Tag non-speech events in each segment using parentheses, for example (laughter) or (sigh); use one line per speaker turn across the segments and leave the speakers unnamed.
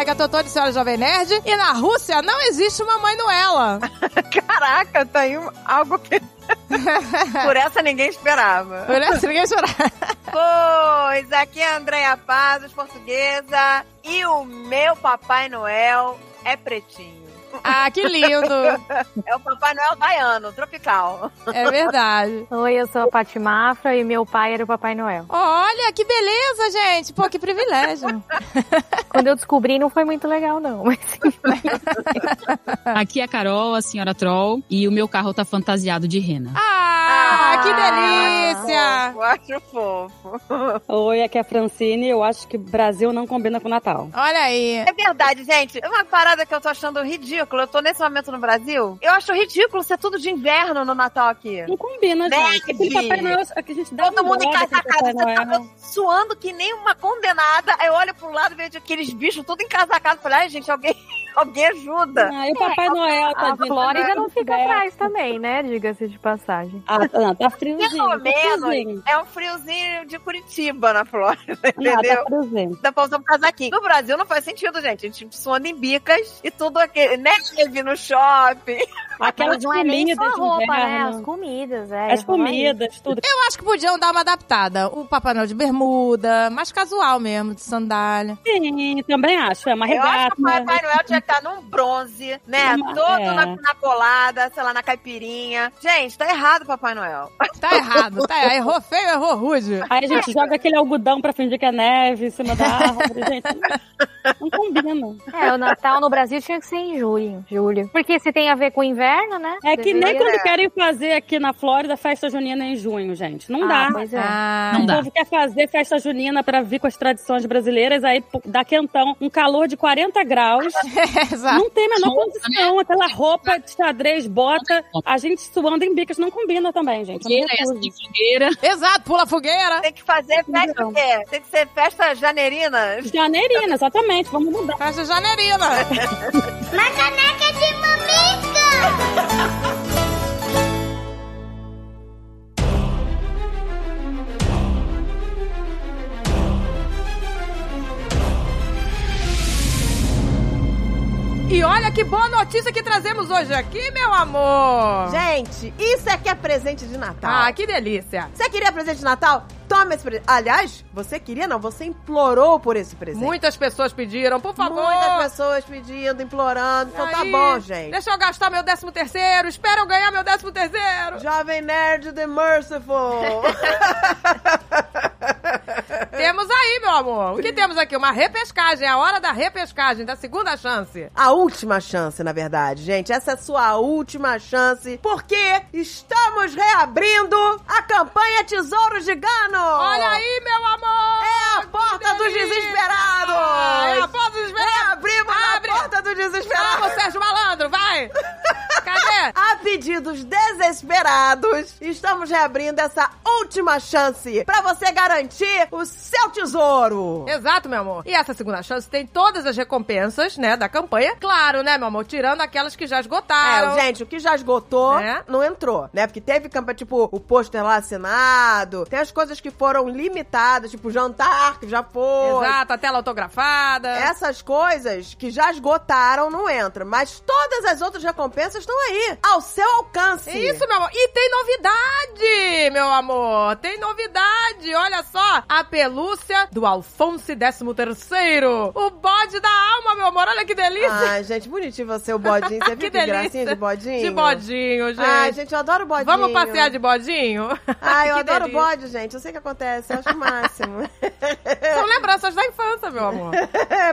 é Gatotô de Senhora Jovem Nerd. E na Rússia não existe Mamãe Noela.
Caraca, tá aí algo que. (laughs) Por essa ninguém esperava.
Por essa ninguém esperava.
Pois, aqui é a Andréia Pazos, portuguesa. E o meu Papai Noel é pretinho.
(laughs) Ah, que lindo!
É o Papai Noel baiano, tropical.
É verdade.
Oi, eu sou a Pati Mafra e meu pai era o Papai Noel.
Olha, que beleza, gente! Pô, que privilégio.
Quando eu descobri, não foi muito legal, não. (laughs) Mas...
Aqui é a Carol, a senhora Troll, e o meu carro tá fantasiado de rena.
(laughs) Ah, ah que delícia!
Fofo, acho fofo.
Oi, aqui é a Francine e eu acho que Brasil não combina com Natal.
Olha aí.
É verdade, gente. Uma parada que eu tô achando ridícula eu tô nesse momento no Brasil. Eu acho ridículo ser tudo de inverno no Natal aqui.
Não combina, Nerd. gente. Aquele Papai Noel é que a gente dá
Todo mundo encasacado, você tá suando que nem uma condenada. Aí eu olho pro lado e vejo aqueles bichos tudo encasacados. Falei, ai, gente, alguém, (laughs) alguém ajuda.
Ah, e o Papai é, Noel, tá
A Flórida não fica é. atrás também, né? Diga-se de passagem.
Ah, não, tá friozinho. Pelo tá
menos é um friozinho de Curitiba na Flórida, (laughs) entendeu?
Não, tá friozinho.
Dá pra usar um casaquinho. No Brasil não faz sentido, gente. A gente suando em bicas e tudo aquele neve no shopping.
Aquela de
não é nem só
a
roupa, né? As comidas, é.
As comidas, tudo.
Eu acho que podiam dar uma adaptada. O Papai Noel de bermuda, mais casual mesmo, de sandália.
Sim, também acho. É uma regata.
Eu acho que o Papai Noel tinha que estar num bronze, né? Uma, Todo é. na, na, colada, sei lá, na caipirinha. Gente, tá errado o Papai Noel.
Tá errado, tá errado. Errou feio, errou rude.
Aí a gente joga aquele algodão pra fingir que é neve em cima da árvore, gente. Não combina.
É, o Natal no Brasil tinha que ser em julho, julho. Porque se tem a ver com o inverno, né?
É que nem quando querem fazer aqui na Flórida festa junina em junho, gente. Não dá.
Ah, pois é. Ah,
não o dá. povo quer fazer festa junina pra vir com as tradições brasileiras, aí dá quentão, um calor de 40 graus.
(laughs) Exato.
Não tem a menor condição. Aquela roupa de xadrez, bota, a gente suando em bicas. Não combina também, gente. É
Fogueira, essa de fogueira.
Exato, pula fogueira.
Tem que fazer festa o quê? Tem que ser festa janeirina.
Janeirina, exatamente. Vamos mudar.
Festa
(laughs)
janeirina.
Uma caneca de mamica!
E olha que boa notícia que trazemos hoje aqui, meu amor!
Gente, isso aqui é presente de Natal.
Ah, que delícia!
Você queria presente de Natal? Toma esse presente. Aliás, você queria não, você implorou por esse presente.
Muitas pessoas pediram, por favor.
Muitas pessoas pedindo, implorando. Então tá bom, gente.
Deixa eu gastar meu 13 terceiro, espero ganhar meu 13 terceiro.
Jovem Nerd The
(laughs)
Merciful.
É. temos aí, meu amor. O que temos aqui? Uma repescagem, a hora da repescagem, da segunda chance.
A última chance, na verdade, gente. Essa é a sua última chance, porque estamos reabrindo a campanha Tesouro Gigano.
Olha aí, meu amor!
É a porta dos desesperados!
Ah, é a porta dos desesperados!
É, abrimos Abre. É a porta dos desesperados!
Vamos, Sérgio Malandro, vai! Cadê?
(laughs) a pedidos desesperados, estamos reabrindo essa última chance pra você garantir o seu tesouro!
Exato, meu amor. E essa segunda chance tem todas as recompensas, né, da campanha. Claro, né, meu amor? Tirando aquelas que já esgotaram.
É, gente, o que já esgotou é. não entrou, né? Porque teve campanha, tipo, o pôster lá assinado, tem as coisas que foram limitadas, tipo jantar, que já foi.
Exato, a tela
É,
autografada.
Essas coisas que já esgotaram não entram, mas todas as outras recompensas estão aí, ao seu alcance.
É Isso, meu amor. E tem novidade, meu amor. Tem novidade. Olha só, a pelúcia do Alfonso XIII. O bode da alma, meu amor. Olha que delícia.
Ai, gente, bonitinho você, o bodinho.
(laughs)
Você
que
viu que gracinha de bodinho?
De bodinho, gente.
Ai, gente, eu adoro bodinho.
Vamos passear de (laughs) bodinho? (laughs)
Ai, eu adoro delícia. bode, gente. Eu sei que acontece, eu acho o máximo. (laughs)
São lembranças da infância, meu amor.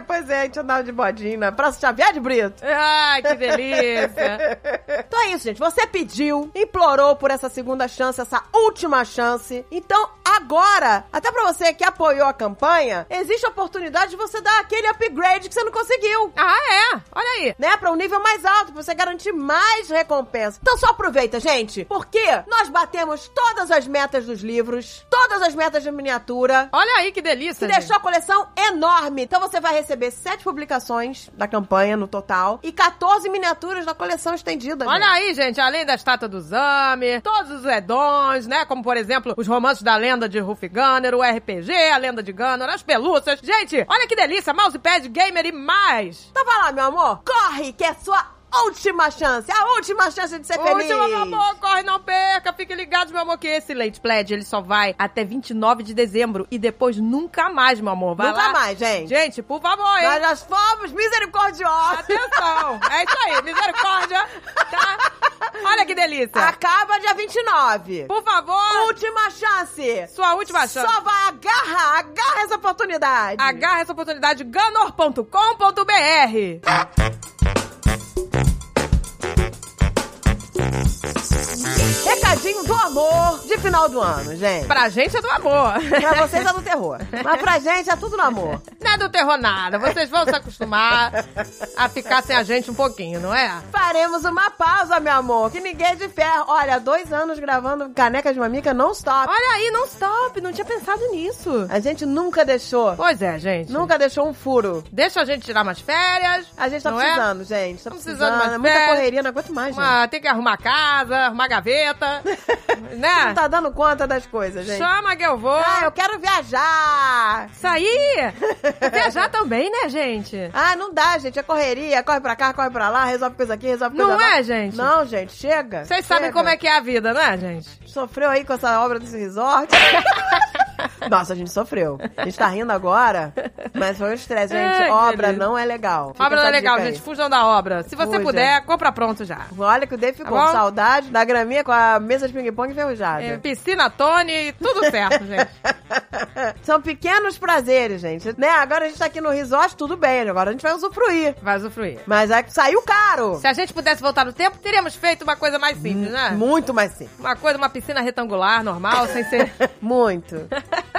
pois é, a gente andava de bodinho na Praça Xavier de Brito.
Ai, que
(laughs)
delícia.
então é isso, gente. Você pediu, implorou por essa segunda chance, essa última chance. Então, agora, até pra você que apoiou a campanha, existe a oportunidade de você dar aquele upgrade que você não conseguiu.
Ah, é? Olha aí.
Né? Pra um nível mais alto, pra você garantir mais recompensa. Então só aproveita, gente, porque nós batemos todas as metas dos livros, todas as metas de miniatura.
Olha aí que delícia!
Que gente. deixou a coleção enorme. Então você vai receber sete publicações da campanha no total e 14 miniaturas da coleção estendida.
Olha
gente.
aí, gente, além da estátua do Zami, todos os edons, né? Como, por exemplo, os romances da lenda de Ruff Gunner, o RPG, a lenda de Gunner, as pelúcias. Gente, olha que delícia, mousepad, gamer e mais.
Então vai lá, meu amor. Corre, que é sua última chance. A última chance de ser Tá feliz.
Última, meu amor, corre, não perca. Fiquem ligados, meu amor, que esse Late Pledge, ele só vai até 29 de dezembro e depois nunca mais, meu amor. Vai
Nunca
lá.
mais, gente.
Gente, por favor, hein?
Nós já fomos misericordiosos.
Atenção! É isso aí, misericórdia, tá? Olha que delícia!
Acaba dia 29.
Por favor,
Última chance.
sua última chance.
Só vai agarrar, agarra essa oportunidade.
Agarra essa oportunidade, ganor.com.br.
Recadinho do amor de final do ano, gente.
Pra gente é do amor.
(laughs) Pra vocês é
(laughs)
do terror. Mas pra gente é tudo no amor.
Não é do terror nada, vocês vão se acostumar a ficar sem a gente um pouquinho, não é?
Faremos uma pausa, meu amor, que ninguém é de ferro. Olha, dois anos gravando Caneca de Mamica não stop.
Olha aí, não stop, não tinha pensado nisso.
A gente nunca deixou,
Pois é, gente.
nunca deixou um furo.
Deixa a gente tirar umas férias.
A gente tá
não é?
precisando, gente. Tá
Tá precisando
precisando,
mais
é muita
férias.
correria, não aguento mais, gente.
Uma- tem que arrumar casa, arrumar
(laughs)
gaveta, né?
Não tá dando conta das coisas, gente.
Chama que eu vou.
Ah, eu quero viajar!
Isso aí! Viajar também, né, gente?
Ah, não dá, gente. É correria, corre pra cá, corre pra lá, resolve coisa aqui, resolve coisa
Não
lá.
é, gente?
Não, gente, chega.
Vocês sabem como é que é a vida, né, gente?
Sofreu aí com essa obra desse resort? (laughs) Nossa, a gente sofreu. A gente tá rindo agora, mas foi um estresse, gente.
Ai, que
obra
delícia.
não é legal. Fica
obra não é
essa
legal,
dica aí.
gente. Fujam da obra. Se você
Fuja.
puder, compra pronto já.
Olha que o Dave ficou
Tá
com
bom?
saudade da graminha com a mesa de ping-pong enferrujada.
É, piscina, Tony, tudo certo, (laughs) gente.
(laughs) São pequenos prazeres, gente. Né? Agora a gente tá aqui no resort, tudo bem. Agora a gente vai usufruir.
Vai usufruir.
Mas é que saiu caro.
Se a gente pudesse voltar no tempo, teríamos feito uma coisa mais simples, né?
Muito mais simples.
Uma coisa, uma piscina retangular, normal, sem
(laughs)
ser... (laughs)
Muito.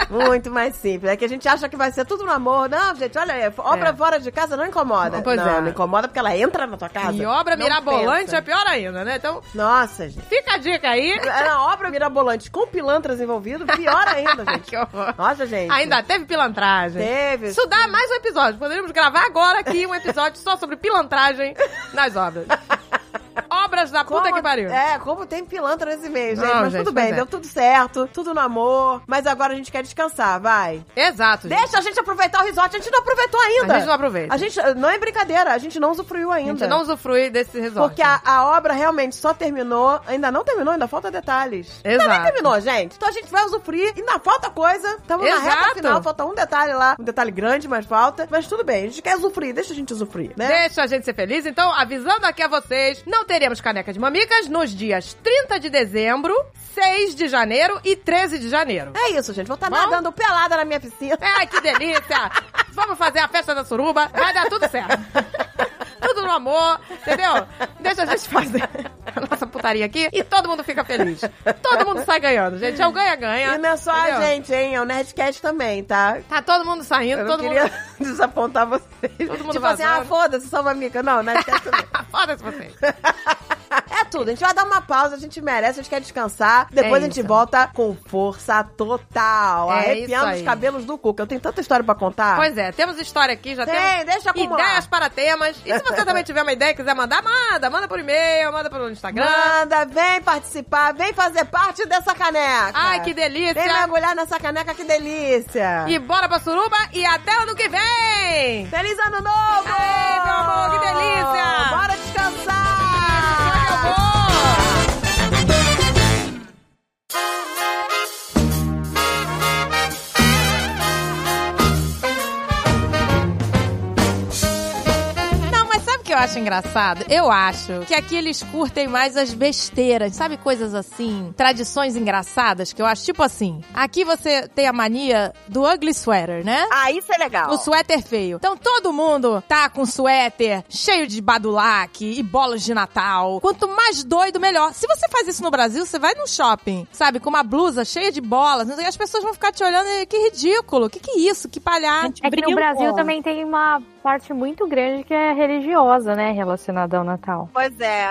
Muito mais simples. É que a gente acha que vai ser tudo no amor. Não, gente, olha, aí, obra
É.
fora de casa não incomoda.
Pois
não,
é.
não incomoda porque ela entra na tua casa.
E obra
Não
mirabolante
pensa.
é pior ainda, né? Então,
Nossa, gente.
fica a dica aí.
(laughs) Era obra mirabolante com pilantras envolvido, pior ainda, gente.
que horror.
Nossa, gente.
Ainda teve pilantragem.
teve.
Isso dá mais um episódio. Poderíamos gravar agora aqui um episódio só sobre pilantragem nas
(laughs)
obras. Obras da puta que pariu.
É, como tem pilantra nesse meio, gente.
Não,
mas
gente,
tudo bem,
pois é.
deu tudo certo, tudo no amor. Mas agora a gente quer descansar, vai.
Exato. gente.
Deixa a gente aproveitar o resort. A gente não aproveitou ainda.
A gente não aproveita.
A gente, não é brincadeira, a gente não usufruiu
A
ainda.
gente não usufrui desse resort.
Porque a, a obra realmente só terminou, ainda não terminou, ainda falta detalhes.
Exato.
Ainda nem terminou, gente. Então a gente vai usufruir, ainda falta coisa. Estamos na reta
Exato.
final, falta um detalhe lá, um detalhe grande, mas falta. Mas tudo bem, a gente quer usufruir, deixa a gente usufruir, né?
Deixa a gente ser feliz. Então, avisando aqui a vocês, não teremos caneca de mamicas nos dias 30 de dezembro, 6 de janeiro e 13 de janeiro.
É isso, gente. Vou estar
Bom?
nadando pelada na minha piscina.
Ai, que
(laughs)
delícia! Vamos fazer a festa da suruba, vai dar tudo certo. Tudo no amor, entendeu? Deixa a gente fazer a nossa putaria aqui e todo mundo fica feliz. Todo mundo sai ganhando, gente. É o ganha-ganha.
E não é só a
entendeu?
gente, hein? É o Nerdcast também, tá?
Tá todo mundo saindo,
Eu não
todo
queria
mundo.
(laughs) desapontar vocês.
mundo
tipo assim,
vazando.
ah, foda-se, só uma amiga. Não, Nerdcast também.
(laughs) Ah, Foda-se vocês.
Tá. É tudo, a gente vai dar uma pausa, a gente merece, a gente quer descansar. Depois a gente
É isso.
volta com força total.
É isso
arrepiando
aí.
os cabelos do Cuca. Eu tenho tanta história pra contar.
Pois é, temos história aqui, já
Tem,
temos
deixa acumular.
ideias para temas. E se você também tiver uma ideia e quiser mandar, manda. Manda por e-mail, manda pelo Instagram.
Manda, vem participar, vem fazer parte dessa caneca.
Ai, que delícia.
Vem mergulhar nessa caneca, que delícia.
E bora pra suruba e até ano que vem!
Feliz ano novo!
Aê, meu amor, que delícia.
Bora descansar!
Acabou! Não, mas sabe o que eu acho engraçado? Eu acho que aqui eles curtem mais as besteiras, sabe? Coisas assim, tradições engraçadas que eu acho. Tipo assim, aqui você tem a mania do ugly sweater, né?
Ah, isso é legal.
O suéter feio. Então todo mundo tá com suéter cheio de badulaque e bolas de Natal. Quanto mais doido, melhor. Se você faz isso no Brasil, você vai num shopping, sabe? Com uma blusa cheia de bolas. E as pessoas vão ficar te olhando e que ridículo. Que que é isso? Que palhaço.
Gente,
É que no
brilhou.
Brasil também tem uma parte muito grande que é religiosa, né? Relacionada ao Natal.
Pois é.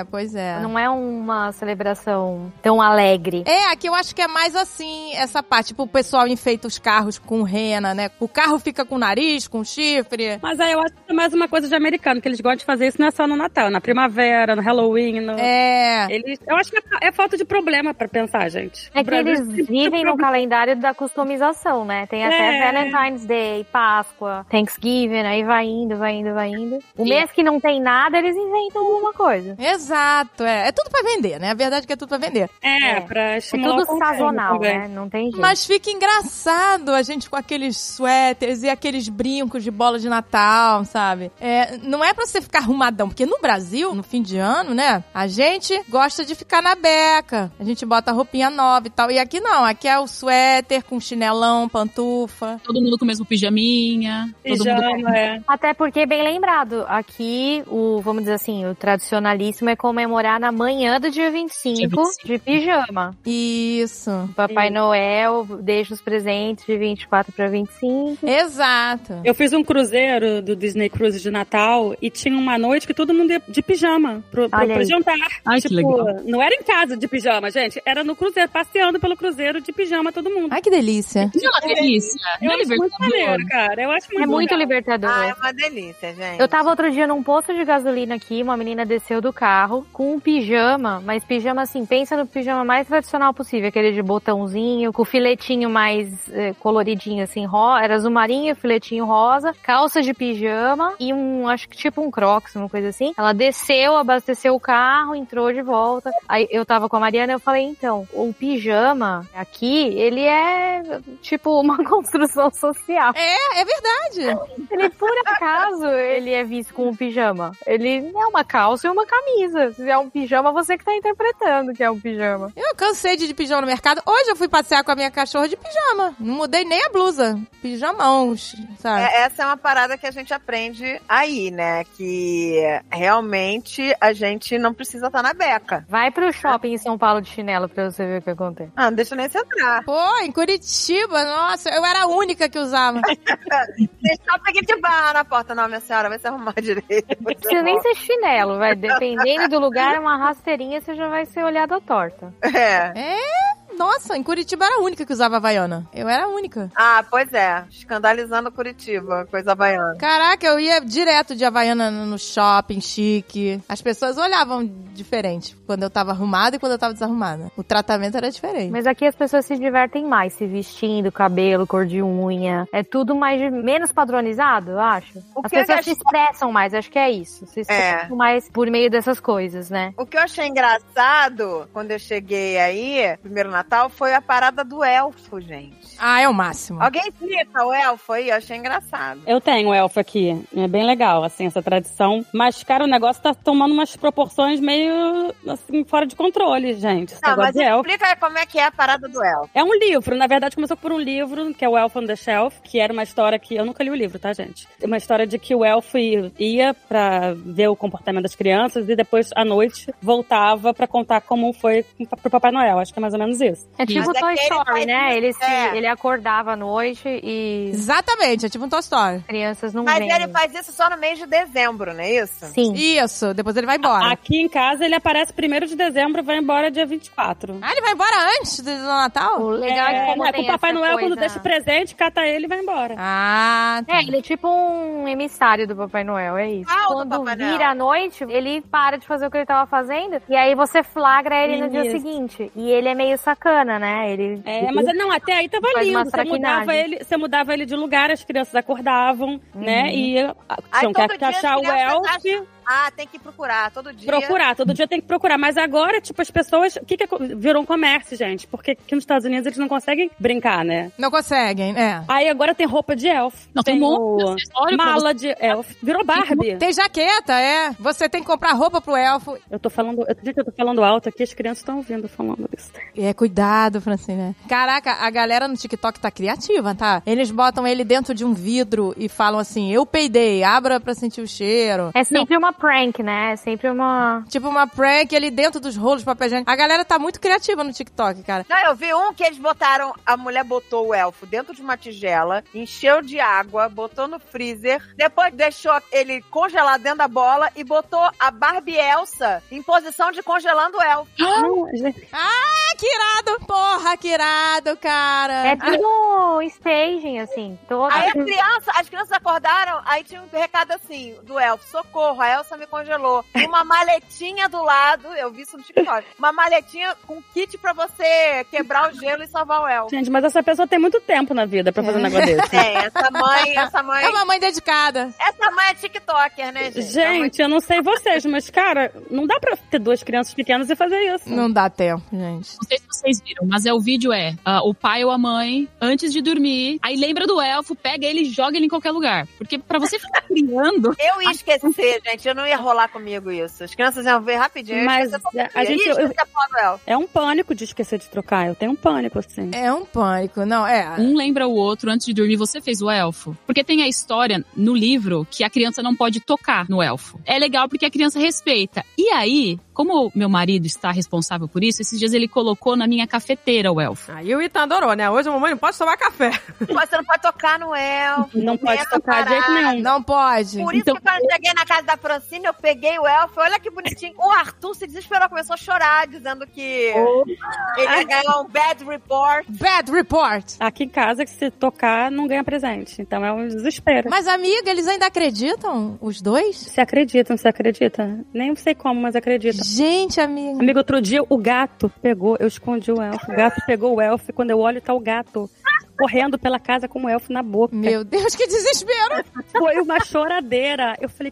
É, pois é.
Não é uma celebração tão alegre.
É, aqui eu acho que é mais assim, essa parte. Tipo, o pessoal enfeita os carros com rena, né? O carro fica com nariz, com chifre.
Mas aí eu acho que é mais uma coisa de americano, que eles gostam de fazer isso não é só no Natal, é na primavera, no Halloween, no...
É.
Eles, eu acho que é, é falta de problema pra pensar, gente.
É
O
que
Brasil
eles
tem muito
vivem no
problema.
calendário da customização, né? Tem até
É.
Valentine's Day, Páscoa, Thanksgiving, aí vai indo, vai indo, vai indo. O mês que não tem nada, eles inventam alguma coisa.
Exato, é. É tudo pra vender, né? A verdade é que é tudo pra vender.
É,
É.
pra
É
estimular o
tudo
consumo
sazonal,
também.
né? Não tem jeito.
Mas fica engraçado a gente com aqueles suéteres e aqueles brincos de bola de Natal, sabe? É, não é pra você ficar arrumadão, porque no Brasil, no fim de ano, né? A gente gosta de ficar na beca. A gente bota roupinha nova e tal. E aqui não, aqui é o suéter com chinelão, pantufa.
Todo mundo com o mesmo pijaminha. Todo mundo
Pijama, é.
Até porque, bem lembrado, aqui o, vamos dizer assim, o tradicionalíssimo é comemorar na manhã do dia 25,
Dia 25.
de pijama.
Isso.
O Papai Noel deixa os presentes de 24 para 25.
Exato.
Eu fiz um cruzeiro do Disney Cruise de Natal e tinha uma noite que todo mundo ia de pijama pro, pro,
Olha
pro
aí.
jantar.
Ai, que
tipo,
legal.
não era em casa de pijama, gente. Era no cruzeiro, passeando pelo cruzeiro de pijama todo mundo.
Ai, que delícia.
Não, é uma delícia.
Eu
Não é
acho muito maneiro,
libertador.
cara. Eu acho muito
É muito
legal.
libertador.
Ah, é uma delícia, gente.
Eu tava outro dia num posto de gasolina aqui, uma menina desceu do carro com um pijama, mas pijama assim, pensa no pijama mais tradicional possível, aquele de botãozinho, com o filetinho mais eh, coloridinho assim, ro era azul marinho, filetinho rosa, calça de pijama e um, acho que tipo um crocs, uma coisa assim. Ela desceu, abasteceu o carro, entrou de volta. Aí eu tava com a Mariana, eu falei, então, o pijama aqui, ele é tipo uma (laughs) construção social.
É, é verdade.
Ele, por acaso, ele é visto com um pijama. Ele é uma calça e uma camisa. Se é um pijama, você que tá interpretando que é um pijama.
Eu cansei de ir de pijama no mercado. Hoje eu fui passear com a minha cachorra de pijama. Não mudei nem a blusa. Pijamão, sabe?
É, essa é uma parada que a gente aprende aí, né? Que realmente a gente não precisa estar na beca.
Vai pro shopping em São Paulo de chinelo pra você ver o que acontece.
Ah, não deixa nem você entrar.
Pô, em Curitiba, nossa, eu era a única que usava. (laughs)
Deixa eu pegar de barra na porta, não, minha senhora, vai se arrumar (laughs) direito.
Não precisa nem ser chinelo, vai. Dependendo do lugar, uma rasteirinha você já vai ser olhada torta.
É.
Nossa, em Curitiba eu era a única que usava Havaiana. Eu era a única.
Ah, pois é. Escandalizando Curitiba, coisa baiana.
Caraca, eu ia direto de Havaiana no no shopping, chique. As pessoas olhavam diferente quando eu tava arrumada e quando eu tava desarrumada. O tratamento era diferente.
Mas aqui as pessoas se divertem mais, se vestindo, cabelo, cor de unha. É tudo mais de- menos padronizado, eu acho.
O
As
que eu
pessoas
acho-
se expressam mais, acho que é isso. Se expressam mais por meio dessas coisas, né?
O que eu achei engraçado quando eu cheguei aí, primeiro Natal, foi a parada do elfo, gente.
Ah, é o máximo.
Hum.
Alguém cita o elfo aí? Eu achei engraçado.
Eu tenho elfo aqui. É bem legal, assim, essa tradição. Mas, cara, o negócio tá tomando umas proporções meio, assim, fora de controle, gente. Esse
Tá,
negócio
mas
de elfo.
explica como é que é a parada do elfo.
É um livro, na verdade começou por um livro, que é o Elf on the Shelf, que era uma história que. Eu nunca li o livro, tá, gente? Uma história de que o elfo ia pra ver o comportamento das crianças e depois, à noite, voltava pra contar como foi pro Papai Noel. Acho que é mais ou menos isso.
É tipo
Mas
Toy
aquele
Story,
faz
né?
isso,
Ele, se,
é.
ele acordava à noite e
Exatamente, é tipo um Toy Story.
as crianças não
Mas
vêm.
ele faz isso só no mês de dezembro, não é isso?
Sim.
Isso, depois ele vai embora.
Aqui em casa ele aparece 1 de dezembro e vai embora dia 24.
Ah, ele vai embora antes do do Natal?
O legal é, que como
é,
tem
com o Papai
essa
Noel, quando
coisa-
deixa o presente, cata ele e vai embora.
Ah, tá.
É, ele é tipo um emissário do Papai Noel, é isso.
Ah, o do
quando
Papai
vira
Noel.
à noite, ele para de fazer o que ele tava fazendo e aí você flagra ele no dia
Isso.
seguinte. E ele é meio sacana, né? Ele
É, mas não, até aí tava
Faz
lindo.
uma
Você mudava,
traquinagem.
ele, você mudava ele de lugar, as crianças acordavam, né? E ah, tinham
todo
que
dia as
achar o
crianças
elf,
acham- Ah, tem que procurar todo dia.
procurar. Todo dia tem que procurar. Mas agora, tipo, as pessoas. O que, que é co- virou um comércio, gente? Porque aqui nos Estados Unidos eles não conseguem brincar, né?
Não conseguem, é.
Aí agora tem roupa de elf.
Não, tem um monte de
o-
acessório pra
mala de elf. Virou Barbie.
Tem jaqueta, é. Você tem que comprar roupa pro elfo.
Eu tô falando. Eu, gente, eu tô falando alto aqui, as crianças estão ouvindo eu falando isso.
É, cuidado, Francine. né? Caraca, a galera no TikTok tá criativa, tá? Eles botam ele dentro de um vidro e falam assim: eu peidei, abra pra sentir o cheiro.
é sempre uma uma prank, né? É sempre uma.
Tipo uma prank ali dentro dos rolos de papel higiênico. A galera tá muito criativa no TikTok, cara.
Não, eu vi um que eles botaram, a mulher botou o elfo dentro de uma tigela, encheu de água, botou no freezer, depois deixou ele congelar dentro da bola e botou a Barbie Elsa em posição de congelando o elfo.
Não, gente,
Ah, que irado! Porra, que irado, cara!
É tudo staging, assim. Toda...
Ah. Aí é a criança, as crianças acordaram, aí tinha um recado assim, do elfo, socorro, a Elsa me congelou. E Uma maletinha do lado, eu vi isso no TikTok, uma maletinha com kit pra você quebrar o gelo e salvar o
(laughs)
elfo.
gente, mas essa pessoa tem muito tempo na vida pra fazer um negócio desse.
É, essa mãe, essa mãe...
É uma mãe dedicada.
Essa mãe é TikToker, né, gente? (laughs) É uma-
Gente, eu não sei vocês, mas, cara, não dá pra ter duas crianças pequenas e fazer isso.
Não dá tempo, gente.
Não sei se vocês viram, mas é o vídeo é ah, o pai ou a mãe, antes de dormir, aí lembra do elfo, pega ele e joga ele em qualquer lugar. Porque pra você
(laughs)
ficar criando,
Eu ia esquecer, gente. Eu não ia rolar comigo isso. As crianças iam ver rapidinho.
Mas
eu ia esquecer
a gente-
Eu ia esquecer a porra do elfo.
É um pânico de esquecer de trocar. Eu tenho um pânico, assim.
É um pânico, não, é.
um lembra o outro, antes de dormir, você fez o elfo. Porque tem a história no livro que a criança não pode tocar no elfo. É legal porque a criança respeita. E aí, como meu marido está responsável por isso, esses dias ele colocou na minha cafeteira o elfo.
Aí o Ita adorou, né? Hoje a mamãe não pode tomar café.
Mas Você não pode tocar no elfo.
(laughs) Não pode
Essa
tocar de jeito
parada.
nenhum.
Não pode.
Por isso
Então-
que quando eu cheguei na casa da Francine, eu peguei o elfo. Olha que bonitinho. O Arthur se desesperou, começou a chorar, dizendo que
Oh.
ele ia ganhar um bad report.
Bad report.
Aqui em casa, que se tocar, não ganha presente. Então é um desespero.
Mas, amiga, eles ainda acreditam, os dois?
Se acreditam, se acredita. Nem sei como, mas acredita.
Gente, amiga.
Amigo, outro dia o gato pegou, eu escondi o elfo. O gato pegou o elfo e quando eu olho tá o gato correndo pela casa com o elfo na boca.
Meu Deus, que desespero!
Foi uma choradeira.
(laughs)
Eu falei,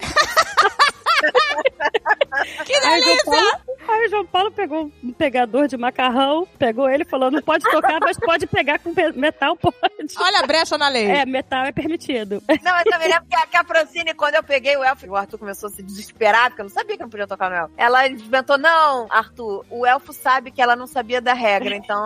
Que
Aí o João
delícia!
Paulo- aí o João Paulo pegou um pegador de macarrão, pegou ele e falou: não pode tocar, mas pode pegar com pe- metal, pode.
Olha a brecha na lei.
É, metal é permitido.
Não, mas eu me lembro que a, que a Francine, quando eu peguei o elfo, o Arthur começou a se desesperar, porque eu não sabia que não podia tocar no elfo. Ela inventou, não, Arthur, o elfo sabe que ela não sabia da regra, então...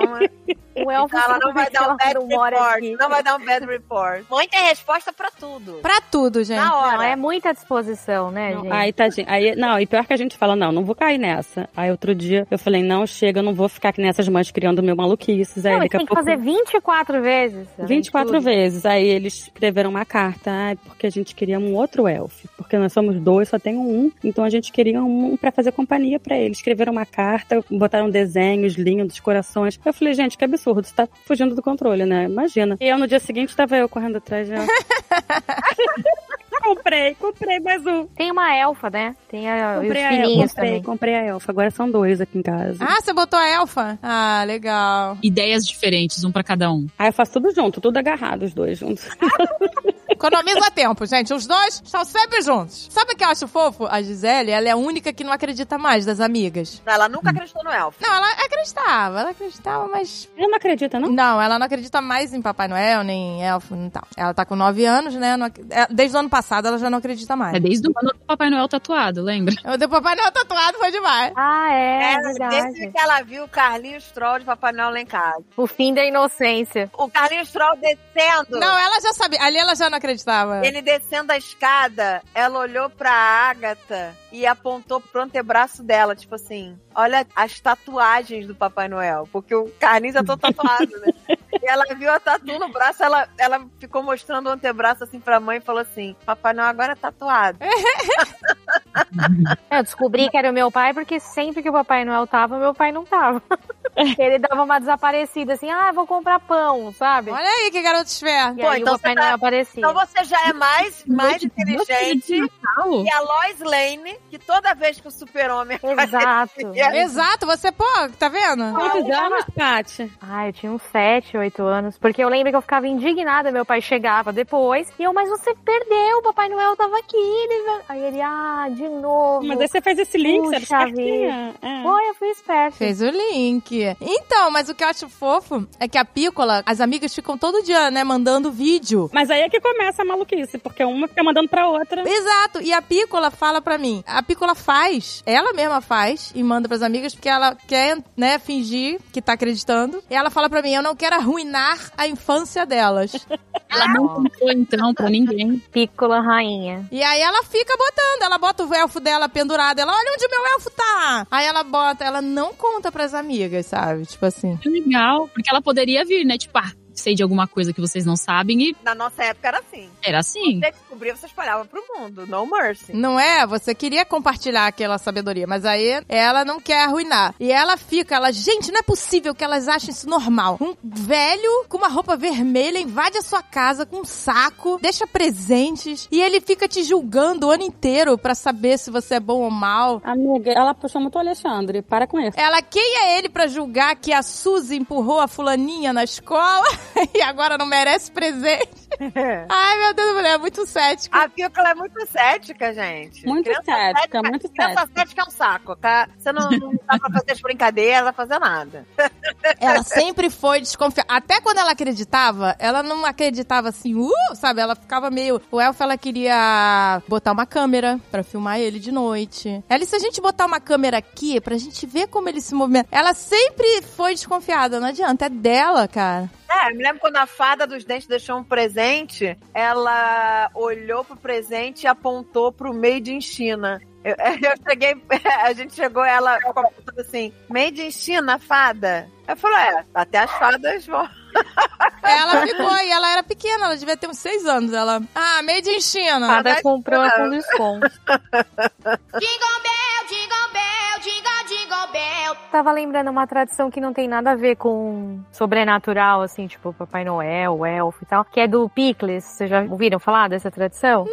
O elfo
ela
sabe
não vai
que
dar um
ela
bad
não mora
report.
aqui.
Não vai dar um bad report. Mãe tem resposta pra tudo.
Pra tudo, gente.
Na hora.
Não, é muita disposição, né,
Não,
gente?
Aí tá, gente. Aí, não, e pior que a gente fala, não, não vou cair nessa. Aí outro dia eu falei, não, chega, eu não vou ficar aqui nessas mães criando meu maluquices. Aí
Não, isso
daqui a
tem que
pouco.
fazer 24 vezes. a
24
aventura.
vezes. Aí eles escreveram uma carta, ah, porque a gente queria um outro elfo. Porque nós somos dois, só tem um. Então a gente queria um pra fazer companhia pra ele. Escreveram uma carta, botaram desenhos, linhos, corações. Eu falei, gente, que absurdo, isso tá fugindo do controle, né? Imagina. E eu no dia seguinte tava eu correndo atrás já. comprei, comprei mais um.
Tem uma elfa, né? Tem a, e os
Comprei a elfa,
filhinhos
comprei,
também.
comprei a elfa. Agora são dois aqui em casa.
Ah, você botou a elfa? Ah, legal.
Ideias diferentes, um pra cada um.
Aí eu faço tudo junto, tudo agarrado, os dois juntos.
Economiza (laughs) tempo, gente. Os dois estão sempre juntos. Sabe o que eu acho fofo? A Gisele, ela é a única que não acredita mais das amigas.
Ela nunca acreditou no elfo.
Não, ela acreditava, ela acreditava, mas.
Eu não acredito, não?
Não, ela não acredita mais em Papai Noel, nem em elfo, nem tal. Ela tá com 9 anos, né? não ac- é, Desde o ano passado ela já não acredita mais.
É desde o ano do Papai Noel tatuado, lembra?
O do Papai Noel tatuado foi demais.
Ah, é,
É, desde
verdade.
que ela viu o Carlinhos Troll de Papai Noel lá em casa.
O fim da inocência.
O Carlinhos Troll descendo.
Não, ela já sabia. Ali ela já não acreditava.
Ele descendo a escada, ela olhou pra Agatha e apontou pro antebraço dela, tipo assim: Olha as tatuagens do Papai Noel, porque o Carlinhos é todo tatuado, né? E ela viu a tatu no braço, ela, ela ficou mostrando o antebraço assim pra mãe e falou assim: Papai Noel agora é tatuado.
Eu descobri que era o meu pai porque sempre que o Papai Noel tava, meu pai não tava.
É.
(laughs) Ele dava uma desaparecida, assim, ah, vou comprar pão, sabe?
Olha aí que garoto esperto.
E
Pô,
aí
então
o Papai
você tá-
Noel aparecia.
Então você já é mais, mais inteligente
Nossa, de Natal.
E a Lois Lane, que toda vez que o super-homem
Exato.
aparecia,
Exato, você, pô, tá vendo?
Quantos anos, Paty?
Ah, eu tinha uns 7, 8 anos. Porque eu lembro que eu ficava indignada. Meu pai chegava depois. E eu, mas você perdeu, o Papai Noel tava aqui. Ele... vai-" Aí ele, ah, de novo.
é assim, Mas aí você fez esse link, você era
Puxa
espertinha. É.
Foi, eu fui esperta.
Fez o link. dia. Então, mas o que eu acho fofo é que a Pícola, as amigas ficam todo dia, né, mandando vídeo.
Mas aí é que começa a maluquice, porque uma fica mandando pra outra.
Exato, e a Pícola fala pra mim. A Pícola faz, ela mesma faz e manda pras amigas porque ela quer, né, fingir que tá acreditando. E ela fala pra mim: eu não quero arruinar a infância delas.
Ela não contou, então, pra ninguém.
Pícola rainha.
E aí ela fica botando, ela bota o elfo dela pendurado, ela olha onde meu elfo tá. Aí ela bota, ela não conta pras amigas, sabe? Tipo assim.
Que legal. Porque ela poderia vir, né? Tipo, ah, sei de alguma coisa que vocês não sabem e
Na nossa época era assim.
era assim.
Você descobria, você espalhava pro mundo. No mercy.
Não é? Você queria compartilhar aquela sabedoria, mas aí ela não quer arruinar. E ela fica, ela, gente, não é possível que elas achem isso normal. Um velho com uma roupa vermelha invade a sua casa com um saco, deixa presentes e ele fica te julgando o ano inteiro pra saber se você é bom ou mal.
Amiga, ela puxou muito o Alexandre. Para com isso.
Ela, quem é ele pra julgar que a Suzy empurrou a fulaninha na escola (laughs) e agora não merece presente? Ai, meu Deus, mulher, é muito cético.
A Pícola é muito cética, gente.
Muito cética, muito
Criança
cética.
cética é um saco, tá? Você não, não dá pra fazer as brincadeiras, fazer nada.
Ela sempre foi desconfiada. Até quando ela acreditava, ela não acreditava assim, uh, sabe? Ela ficava meio. O elfo, ela queria botar uma câmera pra filmar ele de noite. Ela, e se a gente botar uma câmera aqui pra gente ver como ele se movimenta? Ela sempre foi desconfiada, não adianta. É dela, cara.
É, eu me lembro quando a fada dos dentes deixou um presente, ela olhou pro presente e apontou pro Made in China. Eu, (laughs) eu cheguei, a gente chegou, ela comentou assim, Made in China, fada? Eu falei, é, até as fadas vão.
(laughs)
Ela ficou e ela era pequena, ela devia ter uns seis anos. Ela. Ah, made in China.
Cada comprou é com desconto.
Jingle bell, jingle bell, jingle, jingle bell.
(laughs) Tava lembrando uma tradição que não tem nada a ver com sobrenatural, assim, tipo Papai Noel, elfo e tal, que é do Picles. Vocês já ouviram falar dessa tradição?